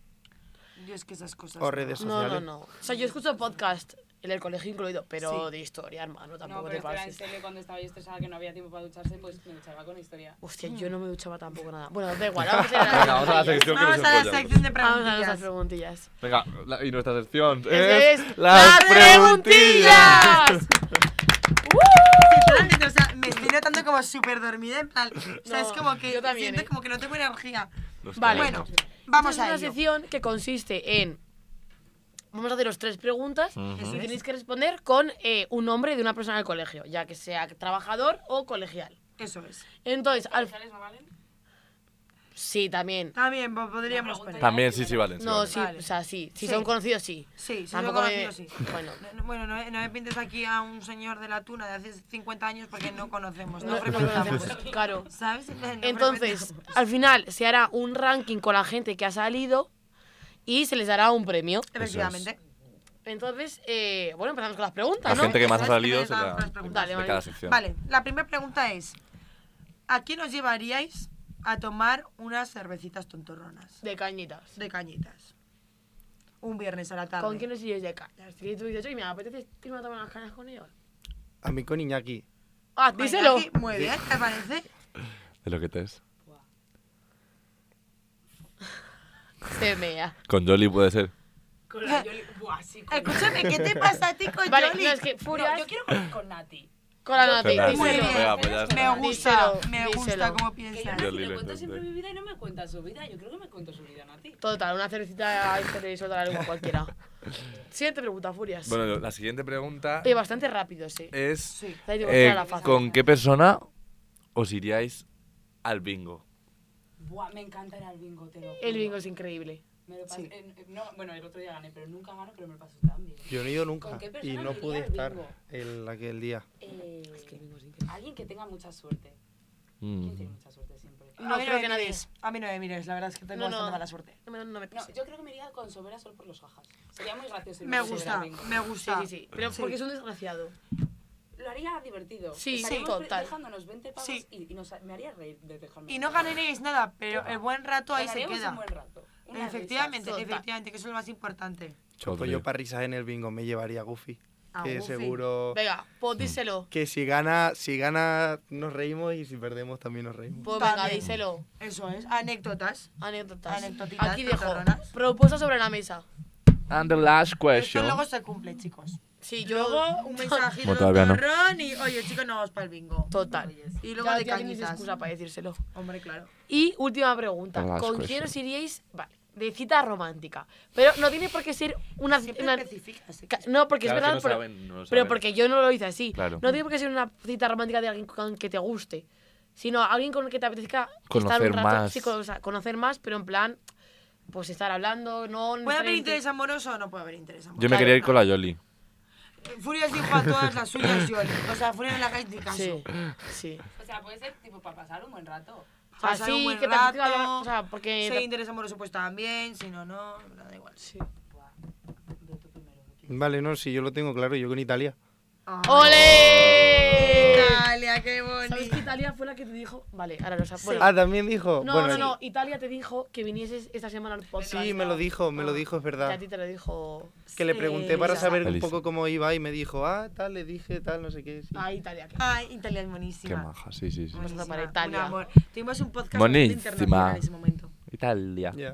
Speaker 2: Yo es que esas cosas.
Speaker 5: O redes
Speaker 1: No,
Speaker 5: sociales.
Speaker 1: no, no. O sea, yo escucho podcast en el colegio incluido, pero
Speaker 2: Sí.
Speaker 1: de historia, hermano,
Speaker 4: No,
Speaker 1: tampoco
Speaker 4: pero
Speaker 1: te
Speaker 4: esto era en
Speaker 1: pases.
Speaker 4: serio, cuando estaba yo estresada que no había tiempo para ducharse, pues me duchaba con historia.
Speaker 1: Hostia, yo no me duchaba tampoco nada. Bueno, da igual, vamos a ir
Speaker 3: Venga, vamos a la
Speaker 1: preguntillas.
Speaker 3: sección que
Speaker 2: Vamos
Speaker 3: nos
Speaker 2: a la
Speaker 3: enrollamos.
Speaker 2: sección de
Speaker 1: Vamos a nuestras
Speaker 2: preguntas.
Speaker 1: preguntillas.
Speaker 3: Venga, la- y nuestra sección
Speaker 1: Es
Speaker 3: es...
Speaker 1: ¡Las preguntillas!
Speaker 2: Realmente, o sea, me estoy notando como súper dormida, en plan, o sea,
Speaker 1: No,
Speaker 2: es como que
Speaker 1: yo también,
Speaker 2: siento
Speaker 1: ¿eh?
Speaker 2: como que no tengo energía.
Speaker 3: Los
Speaker 1: Vale.
Speaker 2: Bueno,
Speaker 3: queremos.
Speaker 2: [laughs] vamos
Speaker 1: Esta
Speaker 2: a
Speaker 1: Es una
Speaker 2: ello.
Speaker 1: sección que consiste en... Vamos a haceros tres preguntas
Speaker 3: Ujú.
Speaker 1: y tenéis que responder con eh, un nombre de una persona del colegio, ya que sea trabajador o colegial.
Speaker 2: Eso es.
Speaker 1: Entonces, al...
Speaker 4: ¿Colegiales no valen?
Speaker 1: sí, también.
Speaker 2: También po- podríamos
Speaker 4: La
Speaker 2: poner.
Speaker 4: pregunta
Speaker 3: También sí, sí, valen. sí,
Speaker 1: No,
Speaker 3: valen.
Speaker 1: sí,
Speaker 2: Vale.
Speaker 1: o sea, sí. Si
Speaker 2: Sí.
Speaker 1: son conocidos, sí.
Speaker 2: Sí, sí,
Speaker 1: Tampoco
Speaker 2: lo
Speaker 1: me-
Speaker 2: he conocido, sí.
Speaker 1: Bueno.
Speaker 2: No, no, bueno, no, me- no me pintes aquí a un señor de la tuna de hace 50 años porque no conocemos, no,
Speaker 1: No, no
Speaker 2: frecuentamos.
Speaker 1: conocemos, claro.
Speaker 2: ¿Sabes? No
Speaker 1: Entonces,
Speaker 2: frecuentamos.
Speaker 1: al final se hará un ranking con la gente que ha salido y se les dará un premio.
Speaker 2: Efectivamente.
Speaker 1: Entonces, eh, bueno, empezamos con las
Speaker 3: La
Speaker 1: preguntas, ¿no?
Speaker 3: gente que más ha
Speaker 2: Esas
Speaker 3: salido
Speaker 2: también
Speaker 3: se
Speaker 2: estaban
Speaker 3: la-
Speaker 2: con las
Speaker 3: de
Speaker 2: preguntas.
Speaker 1: Dale,
Speaker 3: cada
Speaker 1: vale.
Speaker 3: sección.
Speaker 2: Vale, la primera pregunta es: ¿a quién os llevaríais a tomar unas cervecitas tontorronas?
Speaker 1: De cañitas.
Speaker 2: De cañitas. Un viernes a la tarde.
Speaker 1: ¿Con quién os iríais de cañas? Si tú dices, oye, me apetece irme a tomar unas cañas con ellos.
Speaker 5: A mí con Iñaki.
Speaker 1: Ah,
Speaker 2: Venga,
Speaker 1: díselo.
Speaker 2: aquí, Muy bien, ¿te parece?
Speaker 3: De lo que te es.
Speaker 1: [laughs] Se mea.
Speaker 3: Con Jolly puede ser.
Speaker 4: Con la Yoli. Buah, sí, [laughs] con
Speaker 2: Escúchame, ¿é te pasa a ti con
Speaker 1: Vale,
Speaker 2: Yoli?
Speaker 1: no, es que
Speaker 4: No,
Speaker 1: Furias
Speaker 4: yo quiero con, con Nati.
Speaker 1: con la Nati.
Speaker 3: Con la Nati.
Speaker 2: Muy
Speaker 1: díselo.
Speaker 2: bien.
Speaker 3: Venga, pues ya
Speaker 2: Me
Speaker 3: está.
Speaker 2: gusta,
Speaker 1: Díselo,
Speaker 2: me gusta
Speaker 1: díselo.
Speaker 2: cómo
Speaker 4: Que yo
Speaker 2: piensas.
Speaker 4: Nati
Speaker 3: Yoli
Speaker 4: le
Speaker 3: lo
Speaker 4: cuento
Speaker 3: intenté.
Speaker 4: siempre mi vida y no me cuenta su vida. Yo creo que me cuento su vida, Nati.
Speaker 1: Total, una cervecita y suelta la lengua
Speaker 3: [laughs]
Speaker 1: cualquiera. Siguiente pregunta, Furias.
Speaker 3: Bueno, la siguiente pregunta
Speaker 1: Oye, bastante rápido, pues. sí.
Speaker 3: es...
Speaker 2: Sí.
Speaker 1: Ahí digo,
Speaker 3: eh,
Speaker 1: era la fácil.
Speaker 3: ¿Con qué persona os iríais al bingo?
Speaker 4: Buah, me encanta ir al bingo, te lo
Speaker 1: El
Speaker 4: juro.
Speaker 1: bingo es increíble.
Speaker 4: Me lo paso-
Speaker 2: Sí.
Speaker 4: eh, no, bueno, el otro día gané, pero nunca gano, pero me lo paso tan bien.
Speaker 5: Yo no he ido nunca
Speaker 4: ¿Con qué
Speaker 5: y
Speaker 4: persona
Speaker 5: no
Speaker 4: me
Speaker 5: pude
Speaker 4: iría al
Speaker 5: estar
Speaker 4: bingo?
Speaker 5: el, aquel día.
Speaker 4: Eh,
Speaker 1: bingo es increíble.
Speaker 4: alguien que tenga mucha suerte.
Speaker 3: Mm,
Speaker 4: ¿Quién tiene mucha suerte siempre?
Speaker 1: No
Speaker 2: A mí
Speaker 1: creo
Speaker 2: me
Speaker 1: que nadie.
Speaker 2: mires, A mí no me mires, la verdad es que tengo
Speaker 1: No, no.
Speaker 2: bastante mala suerte.
Speaker 1: No me, no me
Speaker 4: No,
Speaker 1: puse.
Speaker 4: yo creo que me iría con Sobera solo por los jajas. Sería muy gracioso. irme
Speaker 2: Me
Speaker 4: con Sobera
Speaker 2: gusta,
Speaker 4: al bingo.
Speaker 2: me
Speaker 1: Sí,
Speaker 2: gusta.
Speaker 1: sí, sí. Pero
Speaker 2: Sí.
Speaker 1: porque es un desgraciado.
Speaker 4: Lo haría divertido.
Speaker 1: Sí,
Speaker 4: Estaríamos
Speaker 1: sí,
Speaker 4: pre-
Speaker 1: total.
Speaker 4: dejándonos 20 pavos
Speaker 2: Sí,
Speaker 4: y, y nos, me haría reír de dejarme.
Speaker 2: Y no ganaréis nada, pero el buen rato ahí se
Speaker 4: Ganaríamos
Speaker 2: queda.
Speaker 4: un buen rato. unas risas.
Speaker 2: Efectivamente,
Speaker 1: Total.
Speaker 5: Pues
Speaker 2: efectivamente, que eso es lo más importante.
Speaker 5: Choco, yo para risas en el bingo me llevaría a Goofy. que seguro
Speaker 1: Venga,
Speaker 3: Mm.
Speaker 1: pues díselo.
Speaker 5: que si gana, si gana nos reímos y si perdemos también nos reímos.
Speaker 1: Pues venga,
Speaker 2: También.
Speaker 1: díselo.
Speaker 2: Eso es. Anécdotas.
Speaker 1: Anécdotas.
Speaker 2: Anecdotitas,
Speaker 1: Aquí dejo.
Speaker 2: cotorronas.
Speaker 1: Propuesta sobre la mesa.
Speaker 3: And the last
Speaker 2: Esto
Speaker 3: question.
Speaker 2: luego se cumple, chicos.
Speaker 1: Sí,
Speaker 2: Y
Speaker 1: yo.
Speaker 2: luego un mensajito
Speaker 3: Bueno, todavía no.
Speaker 2: de y oye, chicos, no vamos para el bingo.
Speaker 1: Total.
Speaker 2: Y luego de
Speaker 1: ya tenéis
Speaker 2: cañitas.
Speaker 1: excusa para decírselo.
Speaker 2: Hombre, claro.
Speaker 1: Y última pregunta.
Speaker 3: The last
Speaker 1: ¿Con
Speaker 3: question.
Speaker 1: quién os iríais? Vale, de cita romántica. Pero no tiene por qué ser una.
Speaker 2: Siempre
Speaker 1: una-
Speaker 2: especificas. ¿eh?
Speaker 1: ca- no, porque es verdad. pero- Pero porque yo no lo hice así.
Speaker 3: Claro.
Speaker 1: No tiene por qué ser una cita romántica de alguien con que te guste, sino alguien con el que te apetezca estar
Speaker 3: Conocer
Speaker 1: un rato,
Speaker 3: más.
Speaker 1: sí, con- o sea, conocer más, pero en plan, pues estar hablando, no.
Speaker 2: ¿Puede haber
Speaker 1: necesariamente-
Speaker 2: interés amoroso o no puede haber interés amoroso?
Speaker 3: Yo me quería ir con la Yoli.
Speaker 2: Furias dijo a todas las suyas Yoli. O sea, Furias en la calle de caso.
Speaker 1: Sí, sí.
Speaker 4: O sea, puede ser tipo para pasar un
Speaker 2: [laughs]
Speaker 4: buen rato.
Speaker 1: O sea,
Speaker 2: Pasar un
Speaker 1: sí,
Speaker 2: buen
Speaker 1: que te apetezca
Speaker 2: rato,
Speaker 1: hablar, o sea,
Speaker 2: Si
Speaker 1: porque.
Speaker 2: hay interés amoroso, pues también. Si no, no, da igual.
Speaker 1: Sí.
Speaker 5: Vale, no, si yo lo tengo claro, yo con Italia.
Speaker 1: ¡Ole!
Speaker 2: Italia, qué
Speaker 1: ¿Sabes que
Speaker 2: bonito.
Speaker 1: Italia fue la que te dijo? Vale, ahora lo sabes.
Speaker 5: Ah, también dijo.
Speaker 1: no,
Speaker 5: bueno,
Speaker 1: no, no. Italia te dijo que vinieses esta semana al podcast.
Speaker 5: Sí, me lo dijo, me lo
Speaker 1: Ah.
Speaker 5: dijo, es
Speaker 1: Que a
Speaker 5: verdad.
Speaker 1: ti te lo dijo.
Speaker 5: Que le
Speaker 1: Sí,
Speaker 5: pregunté para
Speaker 1: Elisa.
Speaker 5: saber un
Speaker 3: Elisa.
Speaker 5: poco cómo iba y me dijo, ah, tal, le dije, tal, no sé qué. sí.
Speaker 1: Ah, Italia. claro.
Speaker 2: Ay, Italia es
Speaker 3: Qué
Speaker 2: buenísima.
Speaker 3: maja, sí, sí, sí.
Speaker 2: Buenísima,
Speaker 1: para Italia.
Speaker 2: Un amor. Tuvimos un podcast
Speaker 3: Buenísima.
Speaker 2: internacional en ese momento.
Speaker 3: Italia.
Speaker 5: Ya.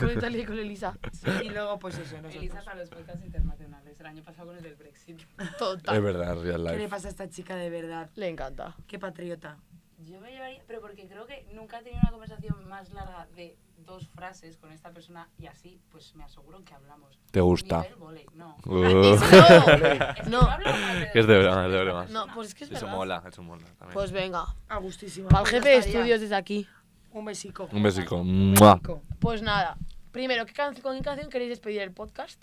Speaker 1: Con Italia y con Elisa.
Speaker 2: Y luego, pues eso,
Speaker 4: Elisa
Speaker 2: nosotros.
Speaker 4: para los podcasts internacionales. El año pasado con el del Brexit.
Speaker 1: Total.
Speaker 3: Es verdad, real
Speaker 2: ¿Qué le
Speaker 3: life.
Speaker 2: pasa a esta chica de verdad?
Speaker 1: Le encanta.
Speaker 2: Qué patriota.
Speaker 4: Yo me llevaría, pero porque creo que nunca he tenido una conversación más larga de dos frases con esta persona y así, pues me aseguro que hablamos.
Speaker 3: ¿Te gusta?
Speaker 4: Nivel vole,
Speaker 3: [laughs]
Speaker 4: no.
Speaker 3: Uh. [laughs]
Speaker 4: Es que no hablamos más de dos
Speaker 3: Es de
Speaker 4: frases
Speaker 3: broma, es de
Speaker 4: con esta
Speaker 3: broma.
Speaker 1: No,
Speaker 4: persona.
Speaker 1: pues es que es
Speaker 3: Eso
Speaker 1: verdad.
Speaker 3: mola, eso mola. También.
Speaker 1: Pues venga.
Speaker 2: A gustísima.
Speaker 1: Para el
Speaker 2: Pues
Speaker 1: jefe
Speaker 2: ya
Speaker 1: de
Speaker 2: estaría.
Speaker 1: estudios desde aquí.
Speaker 2: Un besico.
Speaker 3: Un besico.
Speaker 2: Un
Speaker 3: Mua.
Speaker 2: besico.
Speaker 1: Pues nada. Primero, ¿qué can- ¿con qué canción queréis despedir el podcast?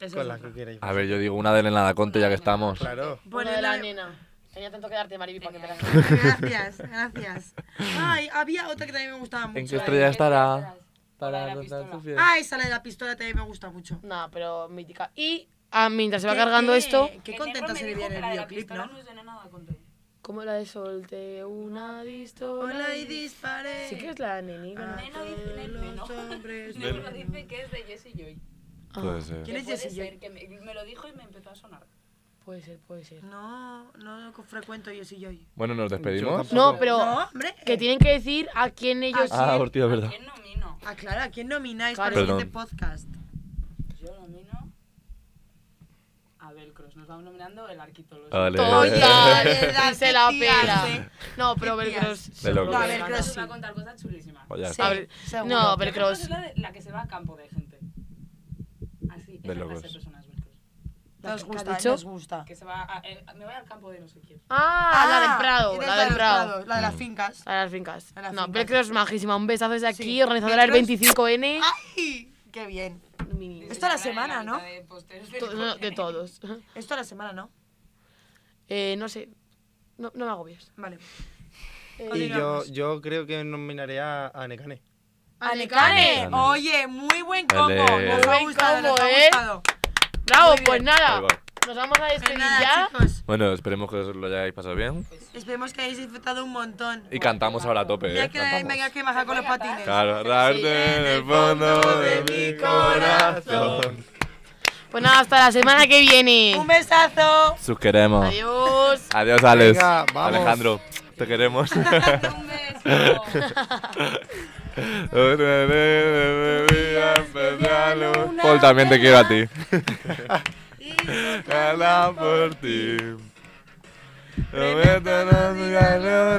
Speaker 2: Eso
Speaker 5: Con
Speaker 2: es
Speaker 5: la
Speaker 2: otra.
Speaker 5: que queráis.
Speaker 3: A ver, yo digo una de Elena da Conte ya que estamos.
Speaker 5: Claro.
Speaker 1: Bueno,
Speaker 2: Bueno,
Speaker 1: de la
Speaker 2: la-
Speaker 1: nena. Tenía tanto que darte, Mariby, para que te la
Speaker 2: Gracias, gracias. Ay, había otra que también me gustaba mucho.
Speaker 3: ¿En qué
Speaker 2: eh.
Speaker 3: estrella estará?
Speaker 4: Para la
Speaker 3: Para contar
Speaker 4: pistola.
Speaker 3: tus pies.
Speaker 2: Ah, esa la de la pistola también me gusta mucho.
Speaker 1: Nada, pero mítica. Y ah, mientras se va
Speaker 2: Qué-
Speaker 1: cargando
Speaker 2: qué-
Speaker 1: esto,
Speaker 2: Qué
Speaker 4: El
Speaker 2: contenta
Speaker 4: negro me
Speaker 2: se le
Speaker 4: dijo
Speaker 2: veía en
Speaker 4: que
Speaker 2: el
Speaker 4: la de la
Speaker 2: videoclip,
Speaker 4: pistola
Speaker 2: ¿no?
Speaker 4: es de nada contra él.
Speaker 1: ¿cómo la de solte una distola?
Speaker 2: Hola y disparé.
Speaker 1: Sí que es la nenina.
Speaker 4: Neno dice- Neno,
Speaker 2: Los
Speaker 4: [laughs] ¿no?
Speaker 2: hombres
Speaker 4: Luego
Speaker 2: buenos.
Speaker 4: dice que es de Jesse Joy.
Speaker 1: Ah,
Speaker 3: Puede ser.
Speaker 2: ¿Quién
Speaker 4: Que
Speaker 2: es
Speaker 4: puede
Speaker 2: Jessie Joy?
Speaker 4: ser, que me, me lo dijo y me empezó a sonar.
Speaker 1: puede ser, puede ser.
Speaker 2: No, no frecuento yo sí yo.
Speaker 3: Bueno, nos
Speaker 5: Yo
Speaker 3: despedimos.
Speaker 5: tampoco.
Speaker 1: No, pero
Speaker 2: No, hombre.
Speaker 1: que tienen que decir a quién ellos...
Speaker 3: Ah, hostia, es verdad.
Speaker 4: ¿Quién nomino?
Speaker 2: Aclara, Ah, ¿a quién nomináis para
Speaker 1: Claro.
Speaker 2: el siguiente
Speaker 3: Perdón.
Speaker 2: podcast?
Speaker 4: Yo nomino a Belcros. Nos vamos nominando el arquitolo.
Speaker 3: Ah, Vale.
Speaker 1: Total,
Speaker 2: Verdad,
Speaker 1: se
Speaker 2: qué
Speaker 1: la
Speaker 2: tías,
Speaker 1: pela.
Speaker 2: eh.
Speaker 1: No, pero Belcros...
Speaker 2: tías.
Speaker 3: De locos.
Speaker 1: seguro
Speaker 2: No,
Speaker 1: que
Speaker 2: a ver,
Speaker 1: gana.
Speaker 2: Cross
Speaker 4: Belcros va a
Speaker 2: sí.
Speaker 4: contar cosas chulísimas.
Speaker 3: Pues ya
Speaker 1: Sí.
Speaker 3: está.
Speaker 1: A ver,
Speaker 2: seguro.
Speaker 1: no,
Speaker 4: Yo creo que
Speaker 1: Belcros...
Speaker 4: es la, de- la que se va a campo de gente. Así,
Speaker 3: De
Speaker 4: esa clase de
Speaker 3: locos.
Speaker 4: personas, Belcros.
Speaker 2: Nos
Speaker 1: ¿Qué has
Speaker 2: gusta,
Speaker 1: dicho?
Speaker 2: nos gusta.
Speaker 4: Que se va a, eh, me voy al campo de no sé quién.
Speaker 1: Ah, la del Prado,
Speaker 2: eres
Speaker 1: la del
Speaker 2: los
Speaker 1: Prado.
Speaker 2: Prados, La de
Speaker 3: Mm.
Speaker 2: las fincas.
Speaker 1: La de las fincas.
Speaker 2: La de las
Speaker 1: no,
Speaker 2: fincas.
Speaker 1: Belcros es majísima. Un besazo desde aquí,
Speaker 2: Sí. Ah.
Speaker 1: organizadora del
Speaker 2: Belcros-
Speaker 1: 25N.
Speaker 2: ¡Ay! ¡Qué bien!
Speaker 1: Mini.
Speaker 2: Esto a la
Speaker 4: Estará en
Speaker 2: semana, ¿no?
Speaker 4: mitad de pósteres del
Speaker 1: To- no, de
Speaker 4: cole.
Speaker 1: todos. [laughs]
Speaker 2: Esto a la semana, ¿no?
Speaker 1: Eh, no sé. No, no me agobies.
Speaker 2: Vale.
Speaker 1: Eh,
Speaker 5: Y yo,
Speaker 2: Continuamos.
Speaker 5: yo creo que nominaré a, a Nekane.
Speaker 2: ¡Alecane!
Speaker 3: Alecane.
Speaker 2: Oye, muy buen combo.
Speaker 3: Ele.
Speaker 2: Nos ha
Speaker 1: Buen
Speaker 2: gustado, nos
Speaker 1: combo,
Speaker 2: ha
Speaker 1: ¿eh?
Speaker 2: gustado.
Speaker 1: Bravo,
Speaker 2: muy
Speaker 1: pues
Speaker 2: bien.
Speaker 3: Ahí
Speaker 1: nada.
Speaker 3: va.
Speaker 1: Nos vamos a
Speaker 2: Pues
Speaker 1: despedir
Speaker 2: nada,
Speaker 1: ya.
Speaker 2: chicos.
Speaker 3: Bueno, esperemos que os lo hayáis pasado bien.
Speaker 2: Esperemos que hayáis disfrutado un montón.
Speaker 3: Y cantamos ahora a tope,
Speaker 2: Mira
Speaker 3: ¿eh?
Speaker 2: que me
Speaker 3: Cantamos.
Speaker 2: venga que baja con los patines.
Speaker 3: Claro, darte en el fondo de mi corazón.
Speaker 1: Pues nada, hasta la semana que viene.
Speaker 2: Un besazo.
Speaker 3: Sus queremos.
Speaker 1: Adiós.
Speaker 3: Adiós, Alex.
Speaker 5: Venga, vamos.
Speaker 3: Alejandro, te [laughs] queremos.
Speaker 4: Un beso.
Speaker 3: [laughs] Paul, también te quiero a ti. Gana por ti. No me te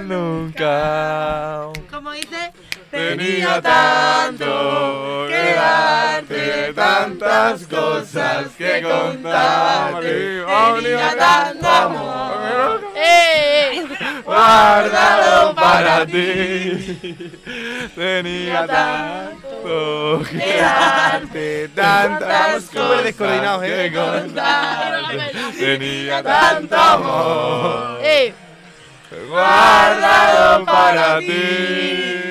Speaker 3: nunca.
Speaker 2: Como dice,
Speaker 3: Tenía tanto que darte, tantas cosas que contarte. Tenía tanto amor
Speaker 1: ¡Eh!
Speaker 3: guardado para ti. Tenía tanto que darte, tantas
Speaker 5: Súper
Speaker 3: cosas
Speaker 5: descoordinados,
Speaker 3: que
Speaker 5: ¿eh?
Speaker 3: contarte. Tenía tanto amor
Speaker 1: ¡Eh!
Speaker 3: guardado para ti. ¡Uh!